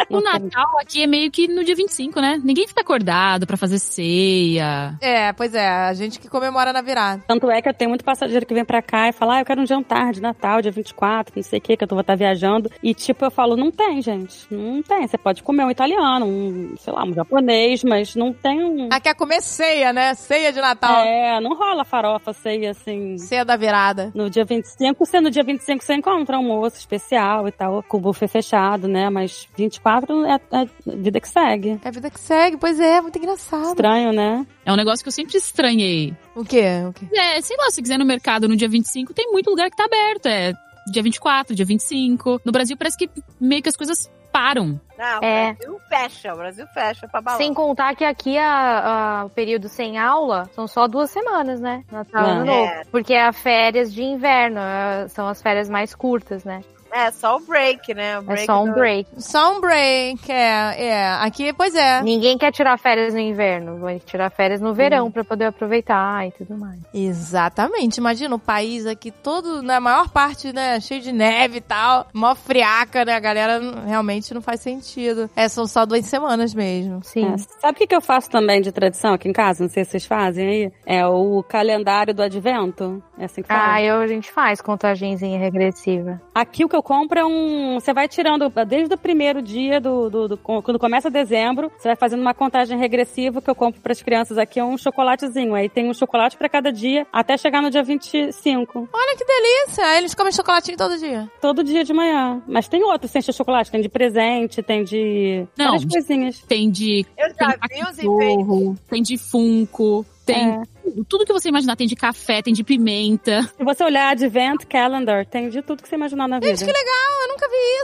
O Natal aqui é meio que no dia 25, né? Ninguém fica acordado pra fazer ceia.
É, pois é, a gente que comemora na virada.
Tanto é que eu tenho muito passageiro que vem pra cá e fala, ah, eu quero um jantar de Natal, dia 24, não sei o que, que eu tô- vou estar viajando. E tipo, eu falo, não tem, gente. Não tem. Você pode comer um italiano, um, sei lá, um japonês, mas não tem um.
Ah, quer comer ceia, né? Ceia de Natal.
É, não rola farofa, sei, assim.
Ceia da virada.
No dia 25, você no dia 25 você encontra um almoço especial e tal, com o buffet fechado, né? Mas 24 é é a vida que segue.
É a vida que segue, pois é, muito engraçado.
Estranho, né?
É um negócio que eu sempre estranhei.
O quê? O quê?
É, sei lá, se quiser ir no mercado no dia 25, tem muito lugar que tá aberto. É dia 24, dia 25. No Brasil parece que meio que as coisas param.
Não, né? o
É.
Brasil fecha, o Brasil fecha pra balão.
Sem contar que aqui a, a- o período sem aula são só duas semanas, né? Natal e
É.
Ano Novo. Porque é a férias de inverno, é- são as férias mais curtas, né?
É só o break, né? O break
é só um
do-
break.
Só um break, é, é. Aqui, pois é.
Ninguém quer tirar férias no inverno, vai tirar férias no verão pra poder aproveitar e tudo mais.
Exatamente. Imagina o país aqui todo, na maior parte, né, cheio de neve e tal. Mó friaca, né? A galera n- realmente não faz sentido. É, são só duas semanas mesmo.
Sim.
É, Sabe o que, que eu faço também de tradição aqui em casa? Não sei se vocês fazem aí. É o calendário do advento. É assim que fala.
Ah, eu, a gente faz contagenzinha regressiva.
Aqui o que eu compro é um. Você vai tirando desde o primeiro dia do, do- do- Quando começa dezembro, você vai fazendo uma contagem regressiva. O que eu compro para as crianças aqui é um chocolatezinho. Aí tem um chocolate para cada dia até chegar no dia 25.
Olha que delícia! Aí assim, Eles comem chocolatinho todo dia.
Todo dia de manhã. Mas tem outro sem ser chocolate. Tem de presente, tem de.
Não.
várias coisinhas.
Tem de
Eu
tem
já vi os enfeites.
cachorro, tem de funko, tem
É.
tudo, tudo que você imaginar. Tem de café, tem de pimenta. (laughs)
Se você olhar Advent Calendar, tem de tudo que você imaginar na vida.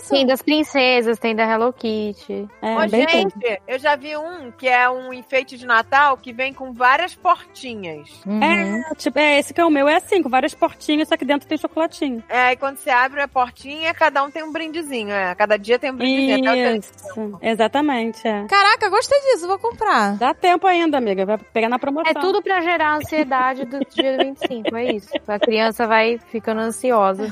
Tem das princesas, tem da Hello Kitty.
É,
Ô,
bem tudo.
gente, eu já vi um que é um enfeite de Natal que vem com várias portinhas. Uhum.
É, tipo, é, esse que é o meu é assim, com várias portinhas, só que dentro tem chocolatinho.
É, e quando você abre a portinha, cada um tem um brindezinho, é. Cada dia tem um brindezinho. Até o dia-
Isso, exatamente, é.
Caraca, gostei disso, vou comprar.
Dá tempo ainda, amiga. Vai pegar na promoção.
É tudo pra gerar ansiedade do dia 25, é isso. A criança vai ficando ansiosa.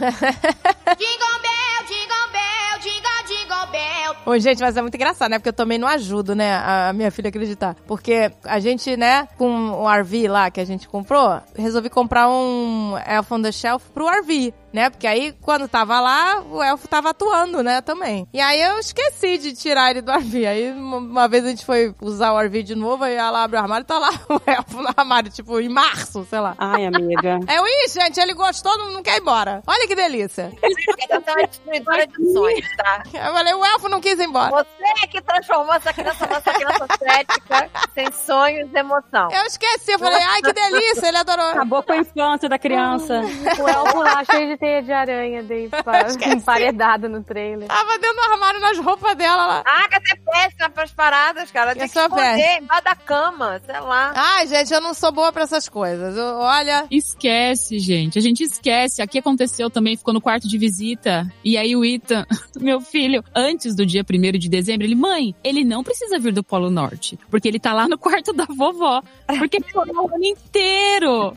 Jingle bell, jingle bell, jingle jingle bell.
Ô, gente, mas é muito engraçado, né? Porque eu também não ajudo, né, a minha filha a acreditar. Porque a gente, né, com o RV lá que a gente comprou, resolvi comprar um Elf on the Shelf pro RV, né? Porque aí, quando tava lá, o elfo tava atuando, né, também. E aí eu esqueci de tirar ele do RV. Aí uma- uma vez a gente foi usar o RV de novo, aí ela abre o armário e tá lá (laughs) o elfo no armário, tipo, em março, sei lá.
Ai, amiga.
É, eu, ih, gente, ele gostou, não, não quer ir embora. Olha que delícia.
Essa tá uma destruidora de sonhos, tá?
Eu falei, o elfo não quis ir embora.
Você é que transformou essa criança nossa criança cética, sem sonhos e emoção.
Eu esqueci, eu falei, ai, que delícia, ele adorou.
Acabou com a infância da (laughs) criança.
O elfo lá cheio de teia de aranha, daí pa- emparedado no trailer.
Tava dentro do armário nas roupas dela lá.
A Agatha é péssima pras paradas, cara. Ela
Eu
tinha que
sou
esconder embaixo da cama, sei lá.
Ai, gente, eu não sou boa pra essas coisas. Eu- olha.
Esquece, gente. A gente esquece. Aqui aconteceu também, ficou no quarto de visita. E aí o Ethan, (laughs) meu filho, antes do dia 1 de dezembro, ele, mãe, ele não precisa vir do Polo Norte. Porque ele tá lá no quarto (laughs) da vovó. Porque ele chorou o ano inteiro.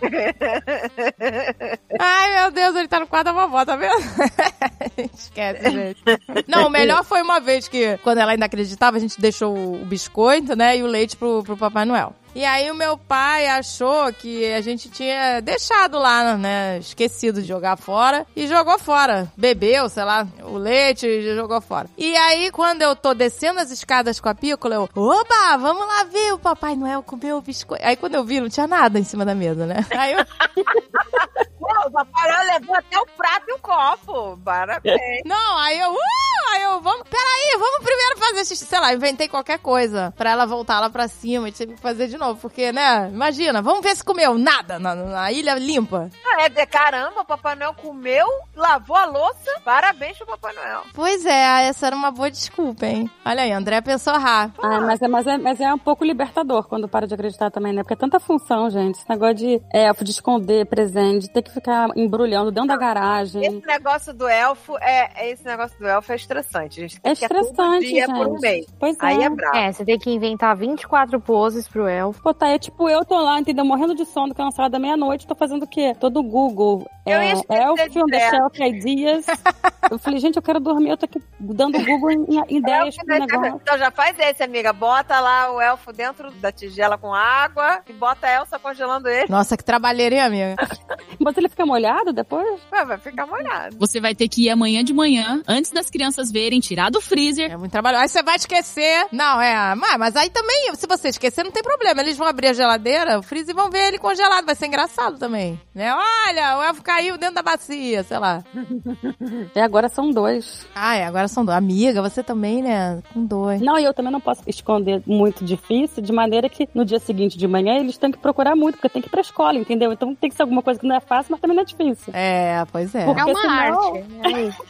Ai, meu Deus, ele tá no quarto da vovó, tá vendo? (laughs) Esquece, gente. Não, o melhor foi uma vez que, quando ela ainda acreditava, a gente deixou o o biscoito, né, e o leite pro, pro Papai Noel. E aí o meu pai achou que a gente tinha deixado lá, né, esquecido de jogar fora, e jogou fora. Bebeu, sei lá, o leite e jogou fora. E aí, quando eu tô descendo as escadas com a pícola, eu, oba, vamos lá ver o Papai Noel comer o biscoito. Aí quando eu vi, não tinha nada em cima da mesa, né? Aí eu
Pô, o papai Noel levou até o prato e o copo. Parabéns.
Não, aí eu, uh! Aí eu, vamos, peraí, vamos primeiro fazer, xixi. sei lá, inventei qualquer coisa pra ela voltar lá pra cima e tive que fazer de novo, porque, né, imagina, vamos ver se comeu nada na, na ilha limpa.
Ah, É, de caramba, o Papai Noel comeu, lavou a louça. Parabéns pro Papai Noel.
Pois é, essa era uma boa desculpa, hein? Olha aí, André pensou rápido.
Ah, mas, é, mas, é, mas é um pouco libertador quando para de acreditar também, né? Porque é tanta função, gente. Esse negócio de elfo, de esconder presente, de ter que ficar embrulhando dentro da garagem.
Esse negócio do elfo é, é- esse negócio do elfo é estressante, gente.
É
Tem que ficar todo
estressante,
dia
gente.
por um mês.
Pois é.
Aí é bravo.
É, você tem que inventar 24 poses pro elfo.
Pô, tá, é tipo, eu tô lá, entendeu? Morrendo de sono, cansada, meia-noite, tô fazendo o quê? Tô do Google.
Eu ia
É,
esquecer de
elfo,
ideia.
The Shelf Ideas. eu falei, gente, eu quero dormir, eu tô aqui dando Google em, em ideias
Elfo
pro
dentro-
negócio.
Então já faz esse, amiga. Bota lá o elfo dentro da tigela com água e bota a Elsa congelando ele. (laughs)
Nossa, que trabalheira, hein, amiga?
Mas ele fica molhado depois?
Ué, vai ficar molhado.
Você vai ter que ir amanhã de manhã, antes das crianças verem, tirar do freezer.
É muito trabalho. Aí você vai esquecer. Não, é. Mas, mas aí também, se você esquecer, não tem problema. Eles vão abrir a geladeira, o freezer e vão ver ele congelado. Vai ser engraçado também. Né? Olha, o elfo caiu dentro da bacia, sei lá.
E É, agora são dois.
Ah, é, agora são dois. Amiga, você também, né? Com dois.
Não, e eu também não posso esconder muito difícil, de maneira que no dia seguinte de manhã eles têm que procurar muito, porque tem que ir pra escola, entendeu? Então tem que ser alguma coisa que não é fácil, mas também não é difícil.
É, pois é.
Porque
É uma
senão-
arte. É isso.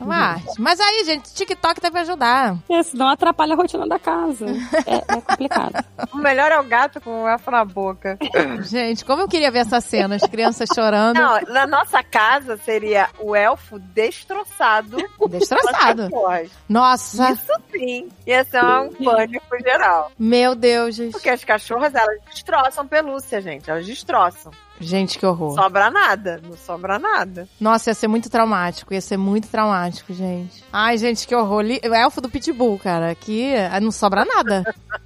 É uma arte. Mas aí, gente, TikTok deve ajudar.
É, senão atrapalha a rotina
(laughs)
da casa. É, é complicado.
O melhor é o gato com o elfo na boca.
Gente, como eu queria ver essa cena, as crianças chorando,
Não, na nossa casa seria o elfo destroçado.
destroçado. Nossa,
Isso sim. Ia ser um pânico geral.
meu Deus. gente.
Porque as cachorras, elas destroçam pelúcia, gente. Elas destroçam.
Gente, que horror.
Sobra nada. Não sobra nada.
Nossa, ia ser muito traumático, ia ser muito traumático, gente. Ai, gente, que horror. Li- é O elfo do Pitbull, cara, que ah, não sobra nada.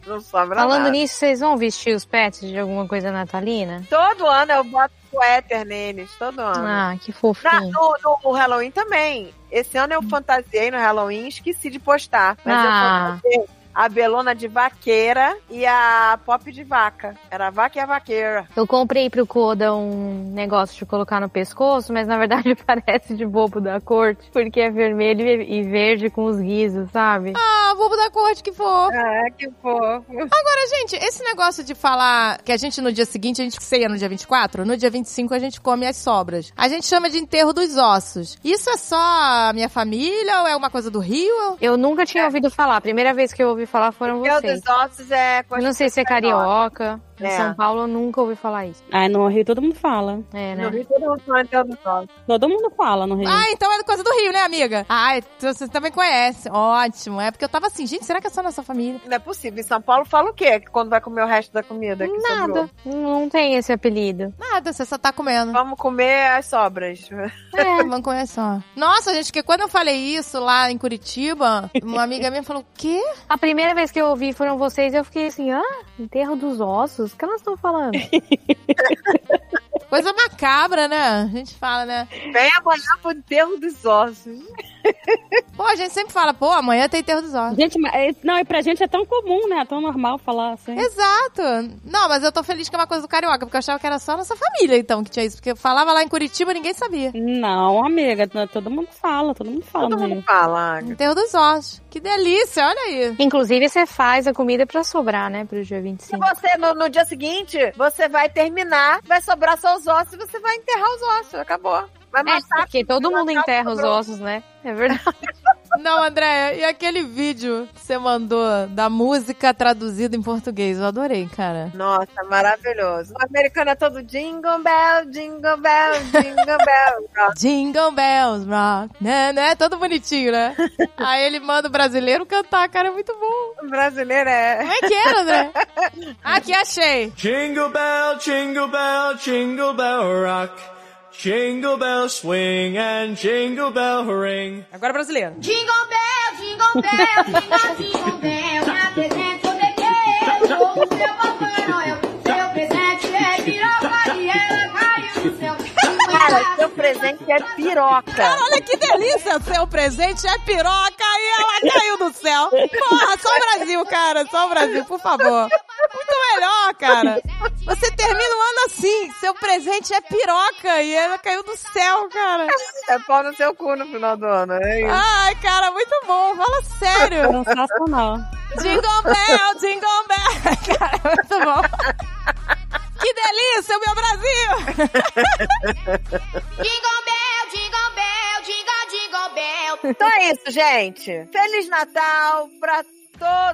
Não sobra
Falando
nada.
nisso, vocês vão vestir os pets de alguma coisa natalina?
Todo ano eu boto suéter neles. Todo ano.
Ah, que
Na-
fofinho.
no, no- no Halloween também. Esse ano eu
Hum.
fantasiei no Halloween e esqueci de postar. Mas
Ah.
eu fantasiei a Belona de vaqueira e a Pop de vaca. Era a vaca e a vaqueira.
Eu comprei pro Koda um negócio de colocar no pescoço, mas na verdade (laughs) parece de bobo da corte, porque é vermelho e e verde com os guizos, sabe?
Ah, bobo da corte que for.
Ah, que fofo.
Gente, esse negócio de falar que a gente no dia seguinte, a gente ceia no dia 24, no dia 25 a gente come as sobras. A gente chama de enterro dos ossos. Isso é só a minha família ou é uma coisa do Rio?
Eu nunca tinha ouvido falar. A primeira vez que eu ouvi falar foram
é. Meu
vocês.
dos ossos é
Eu
coisa
não sei se é carioca. Em
É.
São Paulo eu nunca ouvi falar isso.
Ai, no Rio todo mundo fala.
É,
No
né?
Rio todo mundo fala Deus dos ossos.
Todo mundo fala no Rio.
Ah, então é coisa do Rio, né, amiga? Ah, então você também conhece. Ótimo. É porque eu tava assim, gente, será que é só nossa família?
Não é possível. Em São Paulo fala o quê? Que Quando vai comer o resto da comida? Que sobrou?
Nada. Não tem esse apelido.
Nada, você só tá comendo.
Vamos comer as sobras. (laughs)
É, vamos começar. Nossa, gente, que quando eu falei isso lá em Curitiba, uma amiga minha falou, o quê?
A primeira vez que eu ouvi foram vocês, eu fiquei assim, ah, enterro dos ossos? O que elas estão
(laughs)
falando?
Coisa macabra, né? A gente fala, né?
Vem amanhã pro Deus dos ossos.
Pô, a gente sempre fala, pô, amanhã tem enterro dos olhos.
Gente, mas, é- não, e pra gente é tão comum, né? É tão normal falar assim.
Exato. Não, mas eu tô feliz que é uma coisa do carioca, porque eu achava que era só nossa família, então, que tinha isso. Porque eu falava lá em Curitiba, ninguém sabia.
Não, amiga, t- todo mundo fala, todo mundo fala
Todo
no
mundo
Rio.
fala. Agatha.
Enterro dos ossos. Que delícia, olha aí.
Inclusive, você faz a comida pra sobrar, né? Pro dia
Se
25.
você, no, no dia seguinte, você vai terminar, vai sobrar só os ossos e você vai enterrar os ossos. Acabou. Vai
É,
matar.
porque todo mundo
matar o
enterra os
sobrou.
ossos, né? É verdade.
Não, Andréia, e aquele vídeo que você mandou da música traduzida em português? Eu adorei, cara.
Nossa, maravilhoso. O americano é todo jingle bell, jingle bell, jingle bell.
Jingle Bells Rock. Né, né? Todo bonitinho, né? Aí ele manda o brasileiro cantar, cara, é muito bom.
O brasileiro é...
Como é que era, André? Aqui achei.
Jingle bell, jingle bell, jingle bell rock. Jingle bell swing and jingle bell ring.
Agora é brasileiro.
Jingle bell, jingle bell, (laughs) jingle, jingle bell. Me apresento bebê, sou o seu papai Noel. Seu presente é piroca e ela caiu no céu. Tá.
Cara, seu presente é piroca.
Olha que delícia, seu presente é piroca e ela caiu do céu. Porra, só o Brasil, cara, só o Brasil, por favor. Muito melhor, cara. Você termina o ano assim. Seu presente é piroca e ela caiu do céu, cara.
É pau no seu cu no final do ano, é isso.
Ai, cara, muito bom. Fala sério.
É Sensacional.
Jingle bell, jingle bell. Cara, é muito bom. Que delícia, meu Brasil!
Jingle bell, jingle bell, jingle, jingle bell.
Então é isso, gente. Feliz Natal pra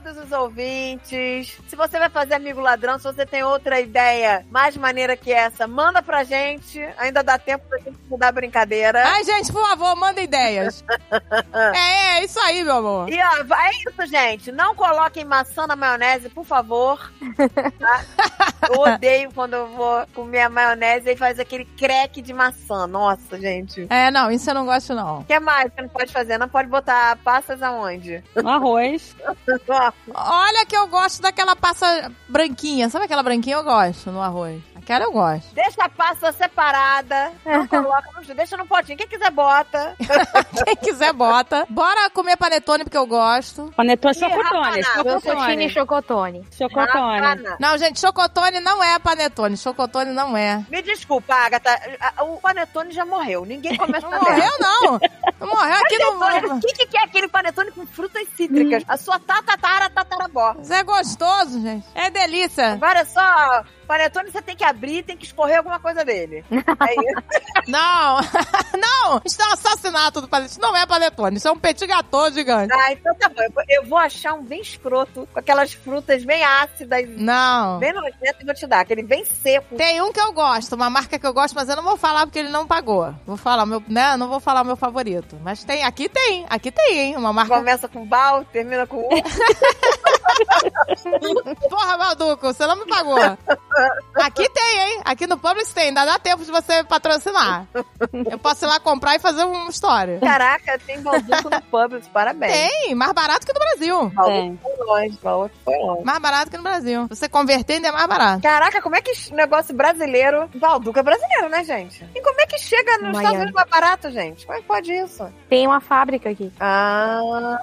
todos os ouvintes. Se você vai fazer Amigo Ladrão, se você tem outra ideia mais maneira que essa, manda pra gente. Ainda dá tempo pra gente mudar a brincadeira.
Ai, gente, por favor, manda ideias. É, é isso aí, meu amor.
E ó, é isso, gente. Não coloquem maçã na maionese, por favor. Tá? Eu odeio quando eu vou comer a maionese e faz aquele creque de maçã. Nossa, gente. O
É, não, isso eu não gosto, não.
que mais que não pode fazer? Não pode botar passas aonde?
Um arroz.
Ó,
Olha que eu gosto daquela passa branquinha. Sabe aquela branquinha eu gosto no arroz? Aquela eu gosto. (laughs)
Deixa a pasta separada.
É.
Não coloca no Deixa no potinho. Quem quiser, bota.
Quem quiser, bota. Bora comer panetone, porque eu gosto.
Panetone, chocotone.
rabanada,
Chocotine e
é
Chocotone.
chocotone.
né?
Chocotone.
Ana,
Não, gente, chocotone não é panetone. Chocotone não é.
Me desculpa, Agatha. a- O panetone já morreu. Ninguém começa
Não
a merda.
(laughs) morreu, não. Não Hum. morreu aqui
Panetone,
no...
O que, que é aquele panetone com frutas cítricas? A sua tatatara tatarabó.
Mas é gostoso, gente. É delícia.
Agora é só, panetone você tem que abrir, tem que escorrer alguma
(laughs)
coisa dele. É isso.
Não. (laughs) não. Isso é um assassinato do panetone. Isso não é panetone. Isso é um petit gâteau gigante.
Ah, então tá bom. Eu vou- Eu vou achar um bem escroto, com aquelas frutas bem ácidas,
Não.
bem nojentas e vou te dar. Aquele
(laughs)
bem seco.
Tem um que eu gosto, uma marca que eu gosto, mas eu não vou falar porque ele não pagou. Vou falar meu, né? Não vou falar o meu favorito. Mas tem, aqui tem, aqui tem, hein? Uma marca.
Começa com bal, termina com u.
Porra, Balduco, você não me pagou. Aqui tem, hein? Aqui no Publix tem, ainda dá tempo de você patrocinar. Eu posso ir lá comprar e fazer um uma história.
Caraca, tem balduco no Publix, parabéns.
Tem, mais barato que no Brasil.
Balduco foi longe, balduco foi longe.
Mais barato que no Brasil. Você converter ainda é mais barato.
Caraca, como é que esse negócio brasileiro. Balduco é brasileiro, né, gente? E como é que chega nos
Miami.
Estados Unidos mais barato, gente? Como é que pode isso?
Tem uma fábrica aqui.
Ah.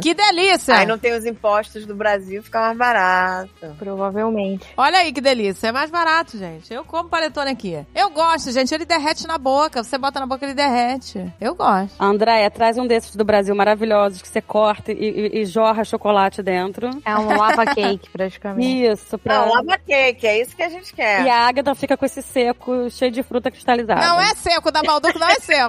Que delícia!
Aí É. não tem os impostos do Brasil, fica mais barato.
Provavelmente.
Olha aí que delícia. É mais barato, gente. Eu como panetone aqui. Eu gosto, gente. Ele derrete na boca. Você bota na boca, ele derrete. Eu gosto.
Andréia, traz um desses do Brasil maravilhosos que você corta e, e- e jorra chocolate dentro.
É um lava cake, (laughs) praticamente.
Isso, pra...
Uhum. Não, lava cake, é isso que a gente quer.
Tá. E a Agatha fica com esse seco cheio de fruta cristalizada.
Não é seco, da Balduco não é seco.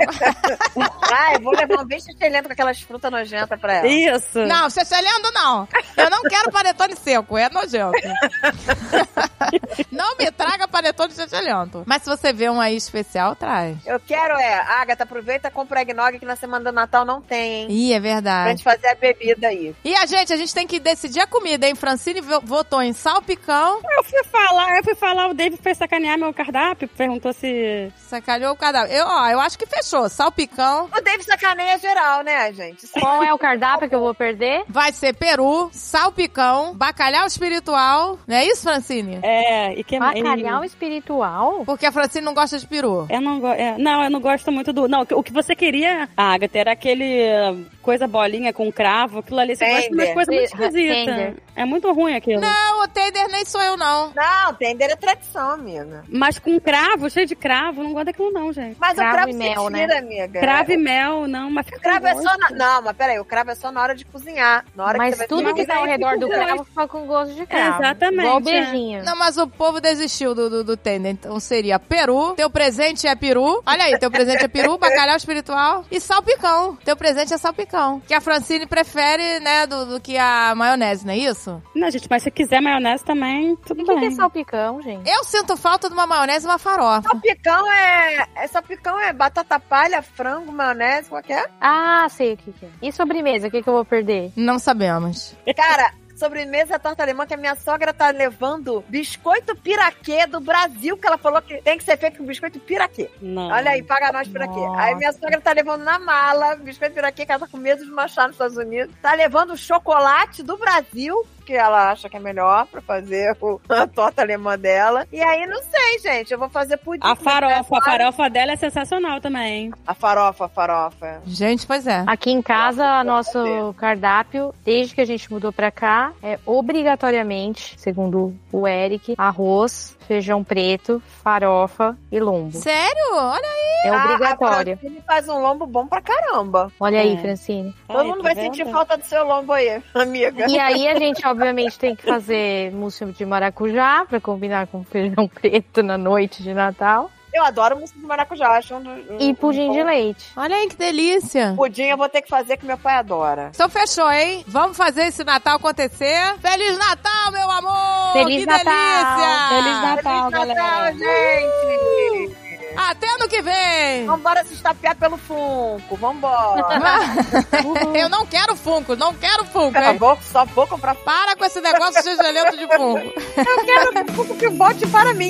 Ah, eu vou levar um bem chechelento com aquelas frutas nojentas pra ela.
Isso.
não, você está lendo, não. Eu não quero panetone seco, é nojento. não me traga panetone chachalhento. Mas se você vê um aí especial, traz.
Eu quero é, Agatha, aproveita e compra eggnog que na semana do Natal não tem, hein?
Ih, é
Pra
verdade.
gente fazer a bebida aí.
E a gente, a gente tem que decidir a comida, hein? Francine vo- votou em salpicão,
Eu fui falar, eu fui falar, o David foi sacanear meu cardápio, perguntou se.
sacaneou o cadáver. Eu, ó, eu acho que fechou. Salpicão,
O David sacaneia geral, né, gente?
Qual é o cardápio que eu vou perder?
Vai ser peru, salpicão, bacalhau espiritual. Não é isso, Francine?
É, e que
Bacalhau espiritual?
Porque a Francine não gosta de peru.
Eu não, go- é, não, eu não gosto muito do. Não, o que- o que você queria, ah, Agatha, era aquele uh, coisa bolinha com cravo, aquilo ali. Você gosta de umas
Tender.
coisas muito
Tender.
esquisitas. É muito ruim aquilo.
Não, o Tender nem sou eu, não.
Não, tender é tradição, amiga.
Mas com cravo, cheio de cravo, não gosto daquilo, não, gente.
Mas
Cravo
o cravo
e
se
mel, né?
tira, amiga.
Cravo e mel, não, mas fica
O É. cravo
com
é
gosto.
só na... Não, mas peraí, o cravo é só na hora de cozinhar. Na hora
Mas
que você vai
tudo
comer.
que tá ao
mas
redor
aí
do
fica com
cravo fica com gosto de cravo.
Exatamente,
Igual
é.
beijinho.
Não, mas o povo desistiu do, do, do Tender. Então seria peru, teu presente é peru. Olha aí, teu presente é peru, bacalhau espiritual e salpicão. Teu presente é salpicão. Que a Francine prefere, né, do, do que a maionese, não é isso?
Não, gente, mas se quiser maionese também, tudo
E o que, que
bem.
é salpicão, gente?
Eu sinto falta de uma maionese e uma farofa.
Salpicão é, é salpicão é batata palha, frango, maionese, é? qualquer.
Ah, sei o que, que é. E sobremesa, o que, que eu vou perder?
Não sabemos.
Cara, (laughs) sobremesa é torta alemã que a minha sogra tá levando biscoito piraquê do Brasil, que ela falou que tem que ser feito com biscoito piraquê.
Não.
Olha aí, paga nós piraquê.
Nossa.
Aí minha sogra tá levando na mala biscoito piraquê, que ela tá com medo de manchar nos Estados Unidos. Tá levando chocolate do Brasil que ela acha que é melhor pra fazer o- a torta alemã dela. E aí, não sei, gente. Eu vou fazer pudim.
A farofa, a farofa dela é sensacional também.
A farofa, a farofa.
Gente, pois é.
Aqui em casa, nosso
fazer.
cardápio, desde que a gente mudou pra cá, é obrigatoriamente, segundo o Eric, arroz, feijão preto, farofa e lombo.
Sério? Olha aí.
É
Ah, A
obrigatório.
Francine faz um lombo bom pra caramba.
Olha aí,
É.
Francine.
Todo mundo
tá
vai sentir falta do seu lombo aí, (laughs) amiga.
E aí a gente, obviamente, tem que fazer mousse de maracujá pra combinar com feijão preto na noite de Natal.
Eu adoro mousse de maracujá. Acho um, do-
E
Hum,
um-
pudim
um
de leite.
Olha aí que delícia.
Pudim eu vou ter que fazer que meu pai adora.
Então fechou, hein? Vamos fazer esse Natal acontecer. Feliz Natal, meu amor!
Feliz
Oh, que
Natal!
delícia!
Feliz Natal,
Natal,
galera.
gente!
Até ano que vem!
Vambora se estapear pelo Funko, vambora.
(laughs) Eu não quero Funko, não quero Funko,
Cala a
hein?
boca, só vou comprar
Para com esse negócio de gelento de Funko.
Eu quero um pouco que volte para mim.